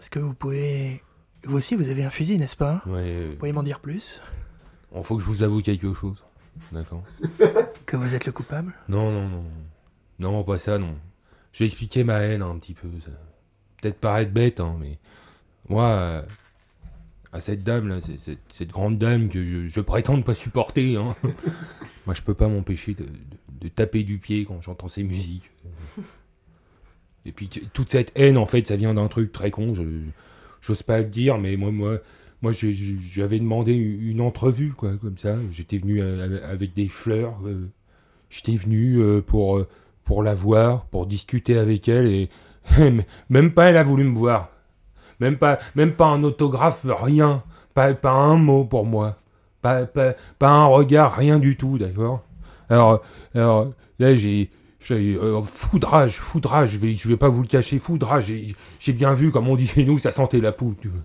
Speaker 3: est-ce que vous pouvez... Vous aussi, vous avez un fusil, n'est-ce pas
Speaker 2: Ouais,
Speaker 3: Vous pouvez m'en dire plus
Speaker 2: il faut que je vous avoue quelque chose. D'accord.
Speaker 3: Que vous êtes le coupable
Speaker 2: Non, non, non. Non, pas ça, non. Je vais expliquer ma haine un petit peu. ça. Peut-être paraître bête, hein, mais. Moi, euh, à cette dame, là, c'est- c'est- cette grande dame que je, je prétends ne pas supporter, hein. Moi, je peux pas m'empêcher de, de- de taper du pied quand j'entends ces musiques. Et puis, t- toute cette haine, en fait, ça vient d'un truc très con. Je, j'ose pas le dire, mais moi, moi, moi, je- je- j'avais demandé une entrevue, quoi, comme ça. J'étais venu euh, avec des fleurs. euh, J'étais venu euh, pour, euh, pour la voir, pour discuter avec elle, et même pas elle a voulu me voir. Même pas, même pas un autographe, rien. Pas, pas un mot pour moi. Pas, pas, pas un regard, rien du tout, d'accord alors, alors, là, j'ai... j'ai, euh, foudrage, foudrage, je vais, je vais pas vous le cacher, foudrage, j'ai- j'ai bien vu, comme on dit chez nous, ça sentait la poudre. tu vois.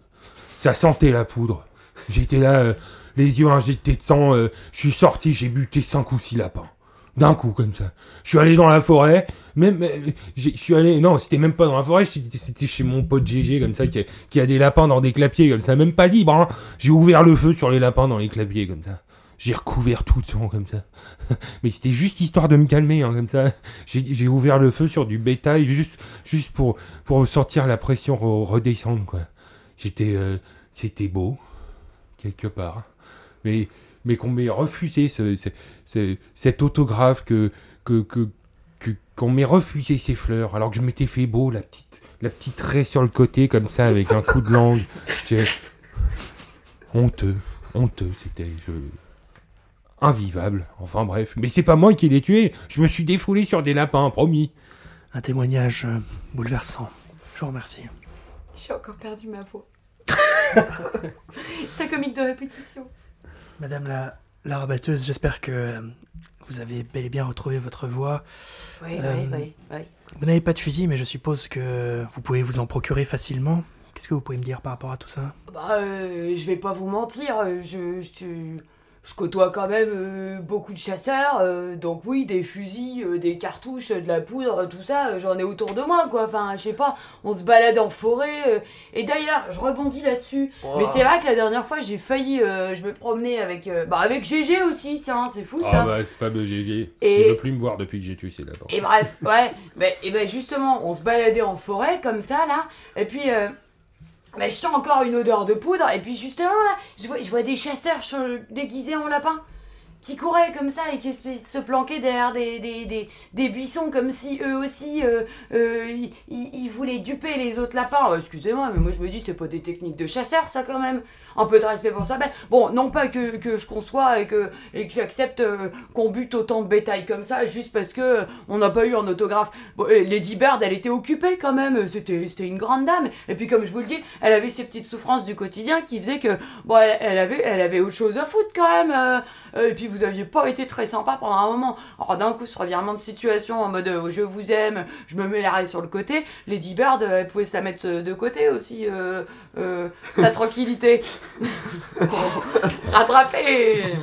Speaker 2: Ça sentait la poudre. J'étais là, euh, les yeux injectés de sang, euh, je suis sorti, j'ai buté cinq ou six lapins. D'un coup, comme ça. Je suis allé dans la forêt, même, euh, j'ai- je suis allé, non, c'était même pas dans la forêt, j'étais- c'était chez mon pote GG, comme ça, qui a, qui a des lapins dans des clapiers, comme ça, même pas libre, hein. J'ai ouvert le feu sur les lapins dans les clapiers, comme ça. J'ai recouvert tout de sang, comme ça. Mais c'était juste histoire de me calmer, hein, comme ça. J'ai j'ai ouvert le feu sur du bétail, juste, juste pour, pour sentir la pression re- redescendre, quoi. J'étais, euh, c'était beau, quelque part. Mais, mais qu'on m'ait refusé ce, ce- ce- cet autographe, que, que, que, que- qu'on m'ait refusé ces fleurs, alors que je m'étais fait beau, la petite, la petite raie sur le côté, comme ça, avec un coup de langue. J'ai... Honteux, honteux, c'était. Je... Invivable, enfin bref. Mais c'est pas moi qui l'ai tué, je me suis défoulé sur des lapins, promis.
Speaker 3: Un témoignage euh, bouleversant. Je vous remercie.
Speaker 4: J'ai encore perdu ma voix. C'est un comique de répétition.
Speaker 3: Madame la, la rabatteuse, j'espère que euh, vous avez bel et bien retrouvé votre voix.
Speaker 4: Oui,
Speaker 3: Euh,
Speaker 4: oui, oui, oui.
Speaker 3: Vous n'avez pas de fusil, mais je suppose que vous pouvez vous en procurer facilement. Qu'est-ce que vous pouvez me dire par rapport à tout ça
Speaker 4: Bah, euh, je vais pas vous mentir, euh, je, je, je côtoie quand même euh, beaucoup de chasseurs, euh, donc oui, des fusils, euh, des cartouches, euh, de la poudre, euh, tout ça, euh, j'en ai autour de moi, quoi. Enfin, je sais pas, on se balade en forêt. euh, et d'ailleurs, je rebondis là-dessus,
Speaker 5: Oh.
Speaker 4: mais c'est vrai que la dernière fois, j'ai failli, euh, je me promenais avec, euh, bah, avec GG aussi, tiens, c'est fou ça.
Speaker 2: Ah bah, ce fameux GG,
Speaker 4: Et-
Speaker 2: il veut plus me voir depuis que j'ai tué ces lapins.
Speaker 4: Et bref, ouais, bah, et ben justement, on se baladait en forêt comme ça là, et puis euh, bah, je sens encore une odeur de poudre, et puis justement là, je vois, je vois des chasseurs sur le- déguisés en lapin qui couraient comme ça et qui essayaient de se planquer derrière des, des, des, des buissons comme si eux aussi euh, euh, ils, ils- ils voulaient duper les autres lapins. Euh, Excusez-moi, mais moi je me dis c'est pas des techniques de chasseurs ça quand même. Un peu de respect pour ça. Ben, bon, non pas que, que je conçois et que, et que j'accepte euh, qu'on bute autant de bétail comme ça juste parce que euh, on n'a pas eu en autographe. Bon, et Lady Bird, elle était occupée quand même. euh, C'était c'était une grande dame. Et puis comme je vous le dis, elle avait ses petites souffrances du quotidien qui faisaient que bon, elle, elle avait elle avait autre chose à foutre quand même. euh, euh, et puis vous aviez pas été très sympa pendant un moment. Alors d'un coup, ce revirement de situation en mode euh, je vous aime, je me mets l'arrêt sur le côté. Lady Bird, euh, elle pouvait se la mettre euh, de côté aussi, euh, euh, sa tranquillité. Rattrapée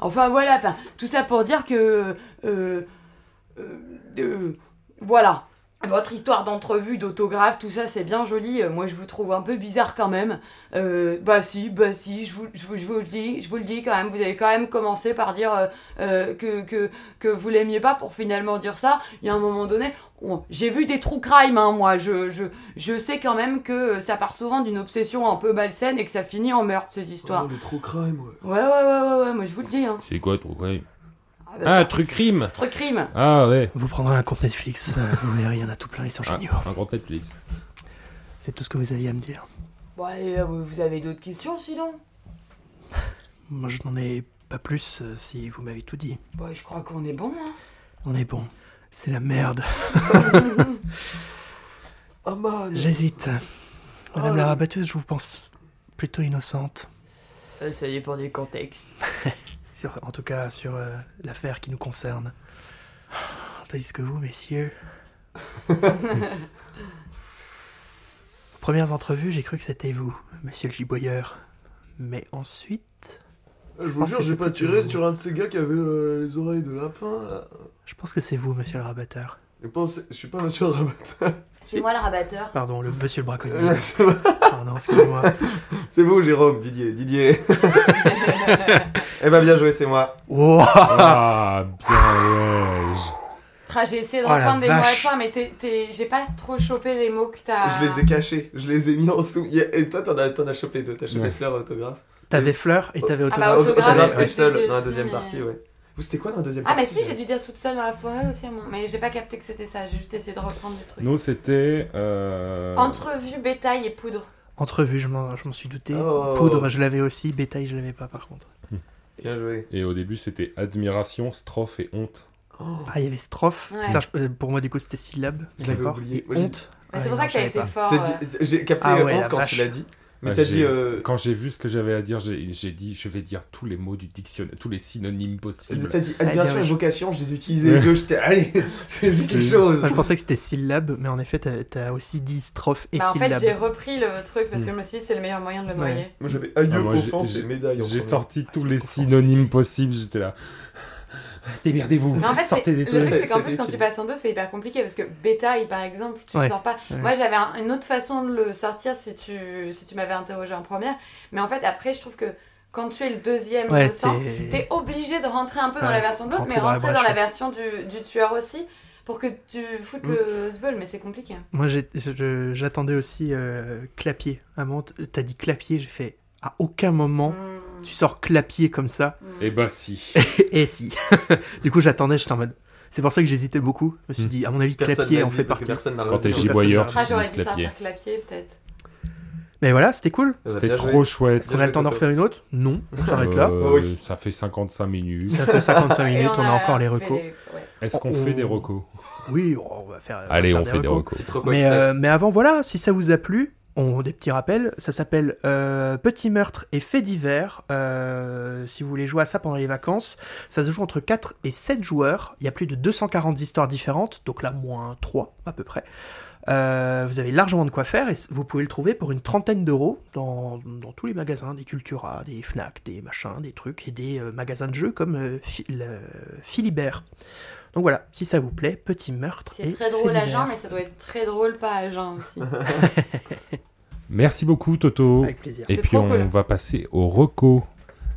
Speaker 4: Enfin voilà, enfin, tout ça pour dire que. euh, euh, euh, voilà. Votre histoire d'entrevue, d'autographe, tout ça, c'est bien joli. Euh, Moi, je vous trouve un peu bizarre quand même. Euh, bah si, bah si, je vous, je, vous, je vous le dis, je vous le dis quand même. Vous avez quand même commencé par dire euh, euh, que, que, que vous l'aimiez pas pour finalement dire ça. Il y a un moment donné, on- j'ai vu des true crime, hein, moi. Je, je, je sais quand même que euh, ça part souvent d'une obsession un peu malsaine et que ça finit en meurtre, ces histoires.
Speaker 5: Oh, le true crime, ouais.
Speaker 4: Ouais, ouais, ouais, ouais, ouais, moi, je vous le dis. Hein.
Speaker 2: C'est quoi ton crime
Speaker 4: Ah, bah,
Speaker 2: Ah, truc crime
Speaker 4: truc crime
Speaker 2: Ah ouais,
Speaker 3: Vous prendrez un compte Netflix, euh, vous verrez, il y en a tout plein, ils sont
Speaker 2: Ah,
Speaker 3: géniaux.
Speaker 2: un grand Netflix.
Speaker 3: C'est tout ce que vous aviez à me dire.
Speaker 4: Bon, allez, euh, vous avez d'autres questions sinon
Speaker 3: Moi, je n'en ai pas plus euh, si vous m'avez tout dit.
Speaker 4: Bah, je crois qu'on est bon, hein.
Speaker 3: On est bon. C'est la merde.
Speaker 5: Ah man
Speaker 3: J'hésite. Madame
Speaker 4: Oh là.
Speaker 3: la rabatteuse, je vous pense plutôt innocente.
Speaker 4: Euh, Ça dépend du contexte.
Speaker 3: Sur- en tout cas, sur euh, l'affaire qui nous concerne. tandis que vous, messieurs. Premières entrevues, j'ai cru que c'était vous, monsieur le giboyeur. Mais ensuite,
Speaker 5: Je vous
Speaker 3: pense
Speaker 5: jure,
Speaker 3: que
Speaker 5: j'ai
Speaker 3: c'est
Speaker 5: pas
Speaker 3: plutôt
Speaker 5: tiré
Speaker 3: vous.
Speaker 5: sur un de ces gars qui avait euh, les oreilles de lapin, là.
Speaker 3: je pense que c'est vous, monsieur le rabatteur.
Speaker 5: Et pensez- Je suis pas monsieur Rabat.
Speaker 7: C'est moi le rabatteur.
Speaker 3: Pardon, le monsieur le braconnier. Pardon, excusez-moi.
Speaker 5: c'est vous, Jérôme, Didier, Didier. eh ben, bien joué, c'est moi.
Speaker 3: Wow.
Speaker 2: Ah, bien ouais.
Speaker 4: Tra, j'ai essayé de
Speaker 3: Oh la
Speaker 4: reprendre des mots à
Speaker 3: vache.
Speaker 4: toi, mais t'es- t'es- j'ai pas trop chopé les mots que t'as.
Speaker 5: Je les ai cachés, je les ai mis en dessous. Et toi, t'en as, t'en as chopé deux, t'as chopé
Speaker 2: Ouais.
Speaker 5: fleur autographe.
Speaker 3: T'avais fleur et t'avais
Speaker 4: Ah bah,
Speaker 3: autographe.
Speaker 4: autographe,
Speaker 5: autographe
Speaker 4: ouais.
Speaker 5: et seul
Speaker 4: C'était
Speaker 5: dans la
Speaker 4: aussi,
Speaker 5: deuxième
Speaker 4: mais-
Speaker 5: partie, ouais. Vous, c'était quoi dans la deuxième
Speaker 4: Ah, mais
Speaker 5: partie
Speaker 4: si, j'ai dû dire toute seule dans la forêt aussi, à un moment. mais j'ai pas capté que c'était ça, j'ai juste essayé de reprendre des trucs.
Speaker 2: Nous, c'était. euh,
Speaker 4: Entrevue, bétail et poudre.
Speaker 3: Entrevue, je m'en je m'en suis douté.
Speaker 5: Oh.
Speaker 3: Poudre, je l'avais aussi. Bétail, je l'avais pas par contre.
Speaker 5: Bien joué.
Speaker 2: Et au début, c'était admiration, strophe et honte.
Speaker 3: Ah, il y avait strophe.
Speaker 4: Ouais.
Speaker 3: Putain, je- euh, pour moi, du coup, c'était syllabe.
Speaker 5: Oh. Je l'avais
Speaker 3: D'accord.
Speaker 5: oublié. Ah,
Speaker 3: Et
Speaker 5: Moi, j'ai-
Speaker 3: honte.
Speaker 4: Bah, c'est
Speaker 3: Ouais,
Speaker 4: pour
Speaker 3: non,
Speaker 4: ça
Speaker 3: je
Speaker 4: que
Speaker 3: savais
Speaker 4: t'as été
Speaker 3: pas.
Speaker 4: fort.
Speaker 5: T'as
Speaker 4: euh,
Speaker 5: dit- J'ai capté
Speaker 3: Ah ouais,
Speaker 5: honte
Speaker 3: la
Speaker 5: quand tu
Speaker 3: vache.
Speaker 5: l'as dit, mais
Speaker 2: Bah,
Speaker 5: t'as
Speaker 2: j'ai-
Speaker 5: dit... euh,
Speaker 2: Quand j'ai vu ce que j'avais à dire, j'ai j'ai dit je vais dire tous les mots du dictionnaire, tous les synonymes possibles.
Speaker 5: T'as dit
Speaker 3: Ah, bien
Speaker 5: admiration et
Speaker 3: joué.
Speaker 5: vocation, je les ai utilisés les deux, j'étais... Allez, j'ai dit quelque
Speaker 2: C'est-
Speaker 5: chose.
Speaker 3: Moi, je pensais que c'était syllabe, mais en effet, t'as- t'as aussi dit strophe et
Speaker 4: Bah, en fait,
Speaker 3: syllabe.
Speaker 4: j'ai repris le truc parce que je me suis dit c'est le meilleur moyen de le
Speaker 3: Hmm. Ouais.
Speaker 4: noyer.
Speaker 5: Moi, j'avais aïeux,
Speaker 2: Ah, moi, j'ai-
Speaker 5: offense et
Speaker 2: j'ai-
Speaker 5: médaille. en
Speaker 2: J'ai
Speaker 5: premier.
Speaker 2: sorti tous les
Speaker 3: offense.
Speaker 2: synonymes possibles, j'étais là. Démerdez-vous,
Speaker 4: Mais en fait, c'est-
Speaker 2: sortez des
Speaker 4: le truc,
Speaker 2: trucs.
Speaker 5: Ouais,
Speaker 4: c'est qu'en
Speaker 5: c'est
Speaker 4: plus, quand tu
Speaker 5: utile.
Speaker 4: passes en deux, c'est hyper compliqué parce que bétail, par exemple, tu
Speaker 3: Ouais.
Speaker 4: ne sors pas.
Speaker 3: Ouais.
Speaker 4: Moi, j'avais un- une autre façon de le sortir si tu, si tu m'avais interrogé en première. Mais en fait, après, je trouve que quand tu es le deuxième
Speaker 3: Ouais,
Speaker 4: innocent,
Speaker 3: t'es.
Speaker 4: t'es obligé de rentrer un peu dans
Speaker 3: Ouais,
Speaker 4: la version de l'autre,
Speaker 3: rentrer
Speaker 4: mais
Speaker 3: dans la
Speaker 4: rentrer dans
Speaker 3: brèche, ouais.
Speaker 4: la version du, du tueur aussi pour que tu foutes
Speaker 5: Mm.
Speaker 3: Hmm.
Speaker 4: le sbeul, mais c'est compliqué.
Speaker 3: Moi, j'ai- je- j'attendais aussi euh, clapier. À mon- t'as dit clapier, j'ai fait à aucun moment.
Speaker 4: Mm.
Speaker 3: Tu sors clapier comme ça.
Speaker 4: Mm.
Speaker 2: Et bah si.
Speaker 3: et si. du coup, j'attendais, j'étais en mode. C'est pour ça que j'hésitais beaucoup. Je me suis
Speaker 2: Hmm.
Speaker 3: dit, à mon avis,
Speaker 5: Mm. Personne
Speaker 3: clapier
Speaker 5: l'a
Speaker 3: en
Speaker 5: dit
Speaker 3: fait
Speaker 5: parce que
Speaker 3: partie.
Speaker 5: Personne n'a
Speaker 2: Quand t'es
Speaker 5: retenu.
Speaker 3: Personne
Speaker 2: giboyeur,
Speaker 3: parle.
Speaker 4: Ah, j'aurais
Speaker 2: Juste
Speaker 4: dû
Speaker 2: la
Speaker 4: sortir clapier, peut-être.
Speaker 3: Mais voilà, c'était cool.
Speaker 5: Ça va
Speaker 2: C'était
Speaker 5: Eh ben, bien
Speaker 2: trop
Speaker 5: jouer.
Speaker 2: chouette.
Speaker 3: Est-ce qu'on a le temps d'en refaire une autre Non, on s'arrête là.
Speaker 2: Euh,
Speaker 5: Ah Oui.
Speaker 2: Ça fait 55 minutes.
Speaker 3: Ça fait 55
Speaker 4: Et
Speaker 3: minutes, on a encore les
Speaker 4: fait
Speaker 3: recos.
Speaker 4: ouais.
Speaker 5: Oh,
Speaker 2: Est-ce qu'on
Speaker 3: On-
Speaker 2: fait des recos
Speaker 3: Oui, on va faire.
Speaker 2: Allez,
Speaker 3: va
Speaker 2: on
Speaker 3: faire
Speaker 2: fait des
Speaker 3: recos.
Speaker 2: recos.
Speaker 5: Petite reco
Speaker 3: Mais,
Speaker 5: express.
Speaker 3: euh, mais avant, voilà, si ça vous a plu, on, des petits rappels. Ça s'appelle euh, Petit meurtre et faits divers. Euh, si vous voulez jouer à ça pendant les vacances, ça se joue entre 4 et 7 joueurs. Il y a plus de 240 histoires différentes, donc là, moins 3 à peu près. Euh, vous avez largement de quoi faire et s- vous pouvez le trouver pour une trentaine d'euros dans, dans tous les magasins, des Cultura, des Fnac, des machins, des trucs et des euh, magasins de jeux comme euh, Fi- le- Philibert. Donc voilà, si ça vous plaît, petit meurtre. et
Speaker 4: C'est très
Speaker 3: faits
Speaker 4: drôle à
Speaker 3: divers.
Speaker 4: Jean, mais ça doit être très drôle pas à Jean aussi.
Speaker 2: Merci beaucoup, Toto.
Speaker 3: Avec plaisir.
Speaker 2: Et
Speaker 4: C'est
Speaker 2: puis
Speaker 4: trop
Speaker 2: on
Speaker 4: cool.
Speaker 2: va passer au reco.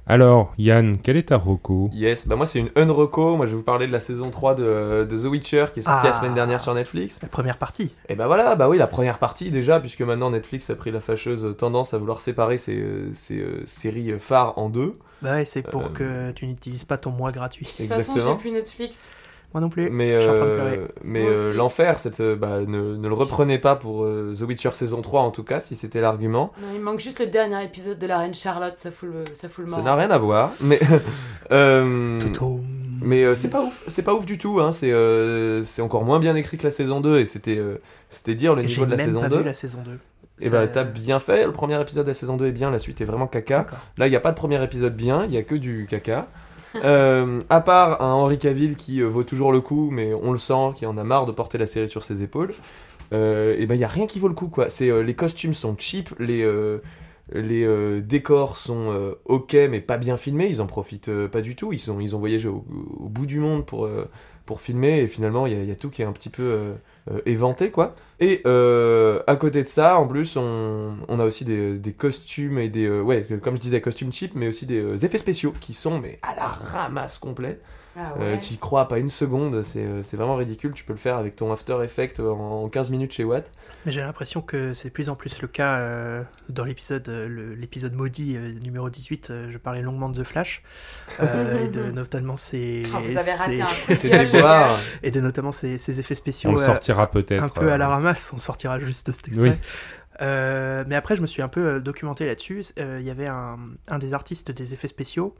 Speaker 2: Alors, Yann, quel est ta reco
Speaker 5: Yes, bah moi c'est une unreco, moi je vais vous parler de la saison 3 de, de The Witcher qui est sortie
Speaker 3: Ah.
Speaker 5: la semaine dernière sur Netflix.
Speaker 3: La première partie.
Speaker 5: Et bah voilà, bah oui la première partie déjà, puisque maintenant Netflix a pris la fâcheuse tendance à vouloir séparer ses, euh, ses, euh, séries phares en deux.
Speaker 3: Bah ouais, c'est pour
Speaker 5: Euh,
Speaker 3: que tu n'utilises pas ton mois gratuit.
Speaker 4: De toute façon, j'ai plus Netflix.
Speaker 3: Moi non plus.
Speaker 5: Mais,
Speaker 3: je suis en train de
Speaker 5: euh,
Speaker 3: pleurer.
Speaker 5: mais
Speaker 4: Moi
Speaker 5: euh,
Speaker 4: aussi.
Speaker 5: l'enfer, cette, euh, bah, ne, ne le reprenez pas pour euh, The Witcher saison 3 en tout cas, si c'était l'argument.
Speaker 4: Non, il manque juste le dernier épisode de la Reine Charlotte, ça fout le, ça fout le
Speaker 5: Ça
Speaker 4: mort.
Speaker 5: n'a rien à voir, mais... euh,
Speaker 3: Toto.
Speaker 5: Mais euh, c'est pas ouf, c'est pas ouf du tout, hein. c'est euh, c'est encore moins bien écrit que la saison 2 et c'était euh, c'était dire le
Speaker 3: J'ai
Speaker 5: niveau de la
Speaker 3: même
Speaker 5: saison
Speaker 3: pas
Speaker 5: 2.
Speaker 3: vu la saison 2.
Speaker 5: Et bah t'as bien fait, le premier épisode de la saison 2 est bien, la suite est vraiment caca.
Speaker 3: D'accord.
Speaker 5: Là il n'y a pas de premier épisode bien, il n'y a que du caca. Euh, à part un Henri Cavill qui euh, vaut toujours le coup, mais on le sent, qui en a marre de porter la série sur ses épaules, euh, et ben il n'y a rien qui vaut le coup quoi. C'est euh, les costumes sont cheap, les, euh, les euh, décors sont euh, ok mais pas bien filmés, ils en profitent euh, pas du tout, ils, sont, ils ont voyagé au, au bout du monde pour, euh, pour filmer et finalement il y a- il y, a tout qui est un petit peu euh, euh, éventé quoi. Et euh, à côté de ça, en plus, on, on a aussi des, des costumes et des. euh, ouais, que- comme je disais, costumes cheap, mais aussi des euh, effets spéciaux qui sont mais à la ramasse complet.
Speaker 4: Ah
Speaker 5: Euh,
Speaker 4: ouais.
Speaker 5: tu y crois pas une seconde, c'est euh, c'est vraiment ridicule. Tu peux le faire avec ton After Effects en, en 15 minutes chez Watt.
Speaker 3: Mais j'ai l'impression que c'est de plus en plus le cas euh, dans l'épisode euh, le- l'épisode maudit euh, numéro 18. euh, je parlais longuement de The Flash. euh, et de notamment ses.
Speaker 4: Oh, vous avez
Speaker 3: ses-
Speaker 4: raté un coup de
Speaker 5: C'est
Speaker 4: gueule, euh,
Speaker 5: des
Speaker 4: les
Speaker 5: boires.
Speaker 4: gars.
Speaker 3: Et de notamment ses, ses effets spéciaux.
Speaker 2: On le
Speaker 3: euh,
Speaker 2: sortira peut-être.
Speaker 3: un peu à la
Speaker 2: euh,
Speaker 3: ramasse, on sortira juste cet extrait.
Speaker 2: Oui.
Speaker 3: Euh, mais après, je me suis un peu euh, documenté là-dessus. Euh, Il y avait un, un des artistes des effets spéciaux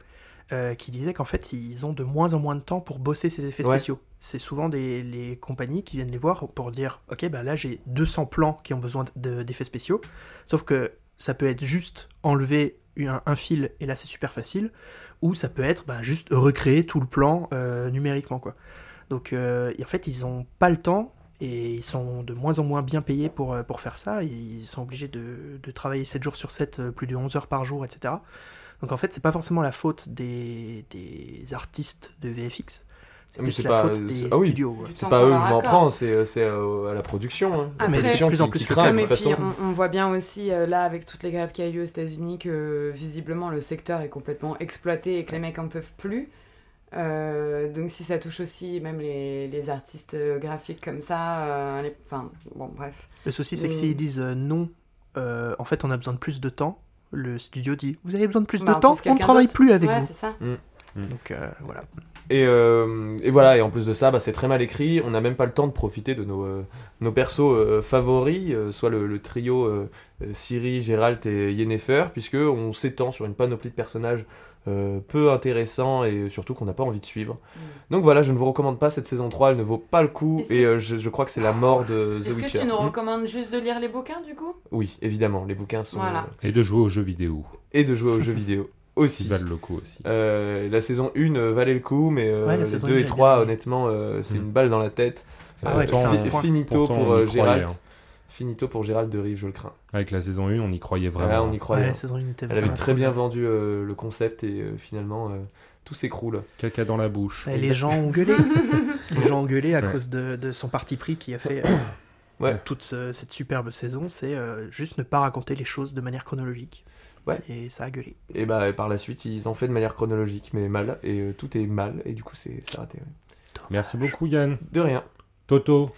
Speaker 3: euh, qui disait qu'en fait, ils ont de moins en moins de temps pour bosser ces effets
Speaker 5: Ouais.
Speaker 3: spéciaux. C'est souvent des, les compagnies qui viennent les voir pour dire Ok, bah là, j'ai 200 plans qui ont besoin de- d'effets spéciaux. Sauf que ça peut être juste enlever un, un fil, et là, c'est super facile. Ou ça peut être bah, juste recréer tout le plan euh, numériquement, quoi. Donc, euh, et en fait, ils n'ont pas le temps et ils sont de moins en moins bien payés pour, euh, pour faire ça. Ils sont obligés de, de travailler 7 jours sur 7, euh, plus de 11 heures par jour, etc. Donc, en fait, c'est pas forcément la faute des, des artistes de VFX. C'est
Speaker 5: Ah, mais
Speaker 3: plus
Speaker 5: c'est
Speaker 3: la
Speaker 5: pas-
Speaker 3: faute
Speaker 5: c'est-
Speaker 3: des
Speaker 5: ah oui.
Speaker 3: studios. ouais.
Speaker 5: C'est pas eux que je m'en prends, c'est euh, c'est, euh, à la production. hein. La
Speaker 3: Ah, mais
Speaker 5: production
Speaker 3: de plus en
Speaker 5: qui-
Speaker 3: plus
Speaker 5: qui
Speaker 3: que-
Speaker 5: craint,
Speaker 3: Ah,
Speaker 5: de
Speaker 4: mais
Speaker 5: toute
Speaker 4: puis
Speaker 5: façon.
Speaker 4: on, on voit bien aussi euh, là avec toutes les grèves qu'il y a eu aux États-Unis que euh, visiblement le secteur est complètement exploité et que les mecs en peuvent plus. Euh, donc si ça touche aussi même les, les artistes euh, graphiques comme ça, euh, les- enfin bon bref.
Speaker 3: Le souci, c'est que
Speaker 4: Mais-
Speaker 3: s'ils disent euh, non, euh, en fait, on a besoin de plus de temps. Le studio dit Vous avez besoin de plus
Speaker 4: Bah,
Speaker 3: de
Speaker 4: on
Speaker 3: temps,
Speaker 4: trouve
Speaker 3: on ne
Speaker 4: quelqu'un
Speaker 3: travaille
Speaker 4: d'autre.
Speaker 3: plus avec
Speaker 4: ouais
Speaker 3: vous.
Speaker 4: c'est ça.
Speaker 3: Donc, euh, voilà.
Speaker 5: Et, euh, et voilà, et en plus de ça, bah, c'est très mal écrit, on n'a même pas le temps de profiter de nos, euh, nos persos euh, favoris, euh, soit le, le trio euh, euh, Ciri, Gérald et Yennefer, puisque on s'étend sur une panoplie de personnages euh, peu intéressants et surtout qu'on n'a pas envie de suivre.
Speaker 4: Mm.
Speaker 5: Donc voilà, je ne vous recommande pas cette saison 3, elle ne vaut pas le coup,
Speaker 4: Est-ce
Speaker 5: et
Speaker 4: que-
Speaker 5: euh, je, je crois que c'est la mort de The
Speaker 4: Est-ce que
Speaker 5: Witcher.
Speaker 4: tu nous
Speaker 5: Hmm
Speaker 4: recommandes juste de lire les bouquins du coup
Speaker 5: Oui, évidemment, les bouquins sont... euh,
Speaker 4: Voilà.
Speaker 2: euh, Et de jouer aux jeux vidéo,
Speaker 5: Et de jouer aux jeux vidéo
Speaker 2: qui
Speaker 5: aussi.
Speaker 2: valent le coup aussi.
Speaker 5: Euh, la saison 1 euh, valait le coup, mais euh,
Speaker 3: Ouais, la
Speaker 5: les
Speaker 3: saison
Speaker 5: 2
Speaker 3: une,
Speaker 5: et
Speaker 3: j'ai
Speaker 5: 3,
Speaker 3: bien aimé.
Speaker 5: honnêtement, euh, c'est
Speaker 2: Mm.
Speaker 5: une balle dans la tête.
Speaker 3: Ah ouais,
Speaker 5: Pourtant,
Speaker 3: tu fais un
Speaker 5: euh,
Speaker 3: point.
Speaker 5: finito
Speaker 2: Pourtant,
Speaker 5: pour
Speaker 2: on y
Speaker 5: euh, Gérald.
Speaker 2: croyait, hein.
Speaker 5: Finito pour Gérald de Rive, je le crains.
Speaker 2: Avec la saison 1, on y croyait vraiment.
Speaker 5: Voilà, Ah, on y croyait.
Speaker 3: Ouais, la saison 1 était
Speaker 5: Elle avait
Speaker 3: vraiment
Speaker 5: très bien
Speaker 3: cool.
Speaker 5: vendu euh, le concept et euh, finalement euh, tout s'écroule.
Speaker 2: Caca dans la bouche.
Speaker 3: Et les gens ont gueulé. les gens ont gueulé à
Speaker 2: Ouais.
Speaker 3: cause de, de son parti pris qui a fait euh,
Speaker 5: Ouais.
Speaker 3: toute ce- cette superbe saison. C'est euh, juste ne pas raconter les choses de manière chronologique.
Speaker 5: Ouais.
Speaker 3: Et ça a gueulé.
Speaker 5: Et bah par la suite, ils en fait de manière chronologique, mais mal. Et euh, tout est mal, et du coup, c'est c'est raté. ouais.
Speaker 2: Merci beaucoup, Yann.
Speaker 5: De rien.
Speaker 2: Toto,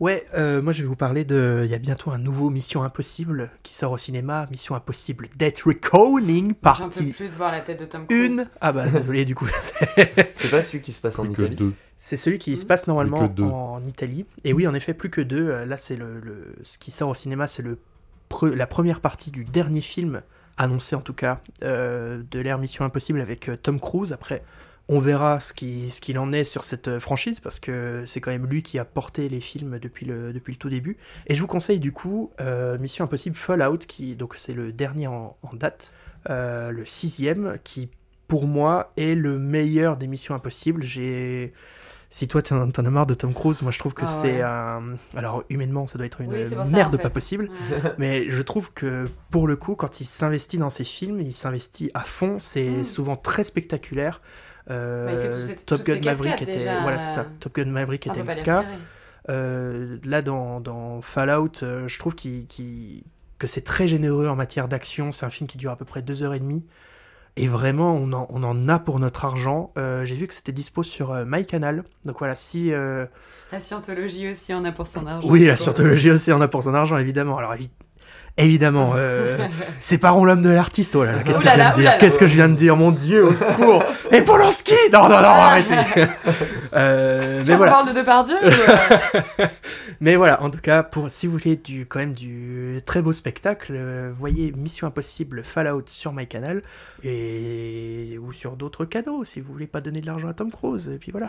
Speaker 3: Ouais, euh, moi je vais vous parler de. Il y a bientôt un nouveau Mission Impossible qui sort au cinéma. Mission Impossible Death Reckoning,
Speaker 4: J'en peux
Speaker 3: partie
Speaker 4: plus de voir la tête de Tom Cruise.
Speaker 3: 1. Ah bah désolé, du coup, c'est-
Speaker 5: C'est pas celui qui se passe en
Speaker 2: plus que
Speaker 5: Italie.
Speaker 2: deux.
Speaker 3: C'est celui qui se
Speaker 4: Mhm.
Speaker 3: passe
Speaker 2: Plus
Speaker 3: normalement
Speaker 2: que deux.
Speaker 3: en Italie. Et oui, en effet, plus que deux. Euh, Là, c'est le, le- ce qui sort au cinéma, c'est le pre- la première partie du dernier film annoncé en tout cas euh, de l'ère Mission Impossible avec euh, Tom Cruise. Après, on verra ce qui ce qu'il en est sur cette euh, franchise parce que c'est quand même lui qui a porté les films depuis le depuis le tout début. Et je vous conseille du coup euh, Mission Impossible Fallout qui donc c'est le dernier en, en date, euh, le sixième qui pour moi est le meilleur des Missions Impossibles. J'ai si toi t'en t'en as marre de Tom Cruise, moi je trouve que
Speaker 4: Ah
Speaker 3: c'est
Speaker 4: ouais.
Speaker 3: un alors humainement ça doit être une
Speaker 4: Oui, c'est pour ça,
Speaker 3: merde
Speaker 4: en fait.
Speaker 3: pas possible.
Speaker 4: Ouais.
Speaker 3: Mais je trouve que pour le coup, quand il s'investit dans ses films, il s'investit à fond. C'est
Speaker 4: Mm.
Speaker 3: souvent très spectaculaire. Euh,
Speaker 4: Bah, il fait tous ces-
Speaker 3: Top
Speaker 4: tous
Speaker 3: Gun
Speaker 4: ces
Speaker 3: Maverick
Speaker 4: cascades,
Speaker 3: était
Speaker 4: déjà,
Speaker 3: voilà c'est ça.
Speaker 4: euh,
Speaker 3: Top Gun Maverick
Speaker 4: On
Speaker 3: était
Speaker 4: peut pas
Speaker 3: le
Speaker 4: les
Speaker 3: cas.
Speaker 4: retirer.
Speaker 3: Euh, là dans, dans Fallout, euh, je trouve qu'il- qu'il- que c'est très généreux en matière d'action. C'est un film qui dure à peu près deux heures et demie. Et vraiment, on en, on en a pour notre argent. Euh, J'ai vu que c'était dispo sur euh, MyCanal. Donc voilà, si euh,
Speaker 4: La scientologie aussi en a pour son argent.
Speaker 3: oui, la scientologie aussi en a pour son argent, évidemment. Alors, évi- évidemment, euh, séparons l'homme de l'artiste. Oh là là, qu'est-ce que
Speaker 4: Ouh là
Speaker 3: je viens
Speaker 4: là,
Speaker 3: de
Speaker 4: ouh
Speaker 3: dire
Speaker 4: là là.
Speaker 3: Qu'est-ce que je viens de dire Mon Dieu, au secours Et Polanski Non, non, non, arrêtez Euh,
Speaker 4: Tu
Speaker 3: Mais voilà.
Speaker 4: parles de Depardieu ou, euh,
Speaker 3: Mais voilà, en tout cas, pour, si vous voulez du, quand même du très beau spectacle, euh, voyez Mission Impossible Fallout sur MyCanal et, ou sur d'autres cadeaux si vous voulez pas donner de l'argent à Tom Cruise. Et puis voilà.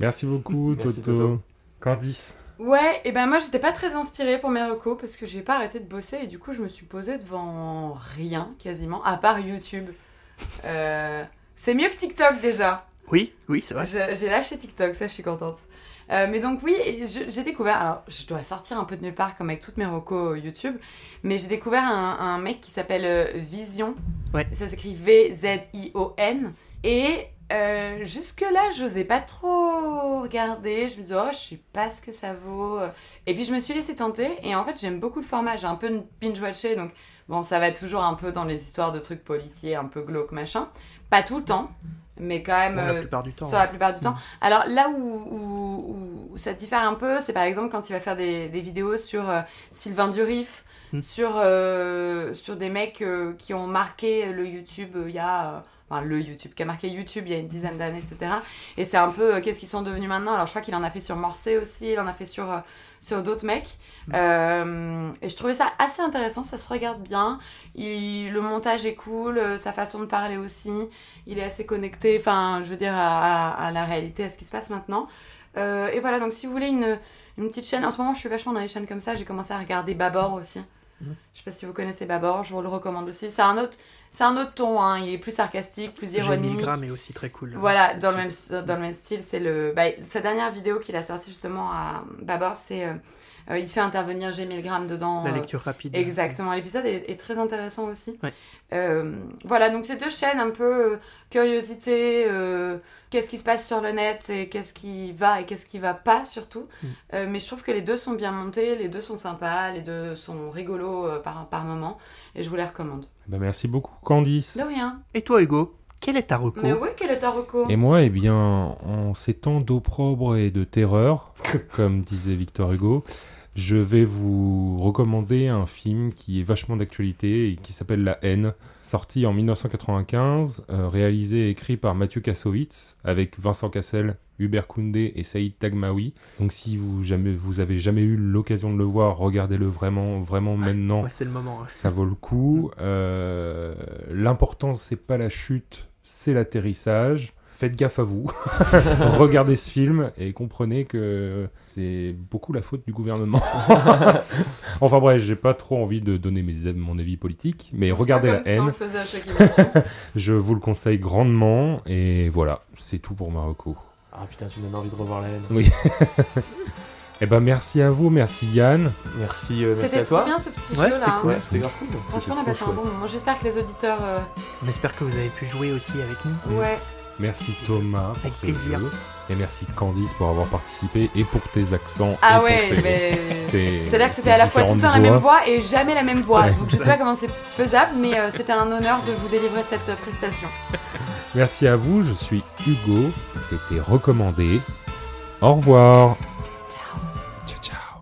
Speaker 2: Merci beaucoup,
Speaker 5: Merci,
Speaker 2: Toto.
Speaker 5: Toto.
Speaker 2: Candice.
Speaker 4: Ouais, et ben moi j'étais pas très inspirée pour mes recos parce que j'ai pas arrêté de bosser et du coup je me suis posée devant rien quasiment, à part YouTube. Euh, c'est mieux que TikTok déjà.
Speaker 3: Oui, oui, c'est vrai.
Speaker 4: Je- J'ai lâché TikTok, ça je suis contente. Euh, mais donc oui, et je- j'ai découvert, alors je dois sortir un peu de nulle part comme avec toutes mes recos euh, YouTube, mais j'ai découvert un, un mec qui s'appelle euh, Vision.
Speaker 3: Ouais.
Speaker 4: Ça s'écrit V-Z-I-O-N. Et euh, jusque-là, je n'osais pas trop regarder. Je me disais, oh, je sais pas ce que ça vaut. Et puis je me suis laissée tenter. Et en fait, j'aime beaucoup le format. J'ai un peu binge-watché. Donc bon, ça va toujours un peu dans les histoires de trucs policiers, un peu glauques, machin. Pas tout le temps, mais quand même.
Speaker 3: Bon, la
Speaker 4: euh,
Speaker 3: plupart du temps. hein. Mm.
Speaker 4: sur la plupart du temps. Alors là où, où- où ça diffère un peu, c'est par exemple quand il va faire des, des vidéos sur euh, Sylvain Durif,
Speaker 3: Mm.
Speaker 4: sur, euh, sur des mecs euh, qui ont marqué le YouTube euh, il y a... euh, Enfin, le YouTube, qui a marqué YouTube il y a une dizaine d'années, etc. Et c'est un peu euh, qu'est-ce qu'ils sont devenus maintenant. Alors, je crois qu'il en a fait sur Morcé aussi, il en a fait sur, euh, sur d'autres mecs. Euh, et je trouvais ça assez intéressant, ça se regarde bien. Il- le montage est cool, euh, sa façon de parler aussi il est assez connecté, enfin, je veux dire, à, à- à la réalité, à ce qui se passe maintenant. Euh, et voilà, donc si vous voulez une, une petite chaîne, en ce moment, je suis vachement dans les chaînes comme ça, j'ai commencé à regarder Babor aussi.
Speaker 3: Mhm.
Speaker 4: Je sais pas si vous connaissez Babor, je vous le recommande aussi. C'est un autre, C'est un autre ton, hein, il est plus sarcastique, plus ironique.
Speaker 3: Grammes est aussi très cool. hein.
Speaker 4: Voilà, dans le
Speaker 3: Aussi.
Speaker 4: même, dans le même style, c'est le. bah, sa dernière vidéo qu'il a sortie justement à Babord, c'est. euh, euh, il fait intervenir G. Milgram dedans.
Speaker 3: La
Speaker 4: euh,
Speaker 3: lecture rapide.
Speaker 4: Exactement, l'épisode est, est très intéressant aussi.
Speaker 3: Ouais.
Speaker 4: Euh, voilà, donc ces deux chaînes un peu euh, curiosité, euh, qu'est-ce qui se passe sur le net et qu'est-ce qui va et qu'est-ce qui va pas surtout.
Speaker 3: Mm.
Speaker 4: Euh, mais je trouve que les deux sont bien montés, les deux sont sympas, les deux sont rigolos euh, par, par moment et je vous les recommande.
Speaker 2: Bah, merci beaucoup, Candice.
Speaker 4: De rien.
Speaker 3: Et toi, Hugo, quel est ta reco
Speaker 4: Mais oui, quel est ta reco
Speaker 2: Et moi, eh bien, en ces temps d'opprobre et de terreur, comme disait Victor Hugo, je vais vous recommander un film qui est vachement d'actualité et qui s'appelle La haine, sorti en 1995, euh, réalisé et écrit par Mathieu Kassovitz, avec Vincent Cassel, Hubert Koundé et Saïd Tagmaoui. Donc si vous, jamais, vous avez jamais eu l'occasion de le voir, regardez-le vraiment, vraiment maintenant.
Speaker 3: Ouais, c'est le moment. hein.
Speaker 2: Ça vaut le coup.
Speaker 7: Mm.
Speaker 2: Euh, L'important, c'est pas la chute, c'est l'atterrissage. Faites gaffe à vous. Regardez ce film et comprenez que c'est beaucoup la faute du gouvernement. enfin bref, j'ai pas trop envie de donner mes, mon avis politique, mais regardez la
Speaker 4: Comme si on
Speaker 2: haine.
Speaker 4: le faisait à chaque émission.
Speaker 2: Je vous le conseille grandement. Et voilà, c'est tout pour Marocco.
Speaker 7: Ah putain, tu me donnes envie de revoir la haine.
Speaker 2: Eh ben merci à vous, merci Yann.
Speaker 5: Merci, euh, merci
Speaker 4: C'était
Speaker 5: à
Speaker 4: trop
Speaker 5: toi.
Speaker 4: bien ce petit
Speaker 3: Ouais,
Speaker 4: jeu
Speaker 3: c'était
Speaker 4: là.
Speaker 3: cool.
Speaker 5: Ouais, c'était grave cool.
Speaker 4: Franchement, on a
Speaker 5: C'était
Speaker 4: passé
Speaker 5: trop
Speaker 4: un bon
Speaker 5: chouette.
Speaker 4: moment. J'espère que les auditeurs. euh,
Speaker 3: On espère que vous avez pu jouer aussi avec nous.
Speaker 2: Mm.
Speaker 4: Ouais.
Speaker 2: Merci Thomas. pour
Speaker 3: Avec
Speaker 2: ce
Speaker 3: plaisir.
Speaker 2: jeu. Et merci Candice pour avoir participé et pour tes accents. et
Speaker 4: Ah
Speaker 2: pour
Speaker 4: ouais,
Speaker 2: tes-
Speaker 4: mais.
Speaker 2: tes-
Speaker 4: C'est-à-dire que c'était
Speaker 2: tes
Speaker 4: à la fois tout le temps la
Speaker 2: différentes
Speaker 4: même
Speaker 2: voix.
Speaker 4: voix et jamais la même voix.
Speaker 2: Ouais.
Speaker 4: Donc je sais pas comment c'est faisable, mais euh, c'était un honneur de vous délivrer cette euh, prestation.
Speaker 2: Merci à vous, je suis Hugo, c'était recommandé. Au revoir.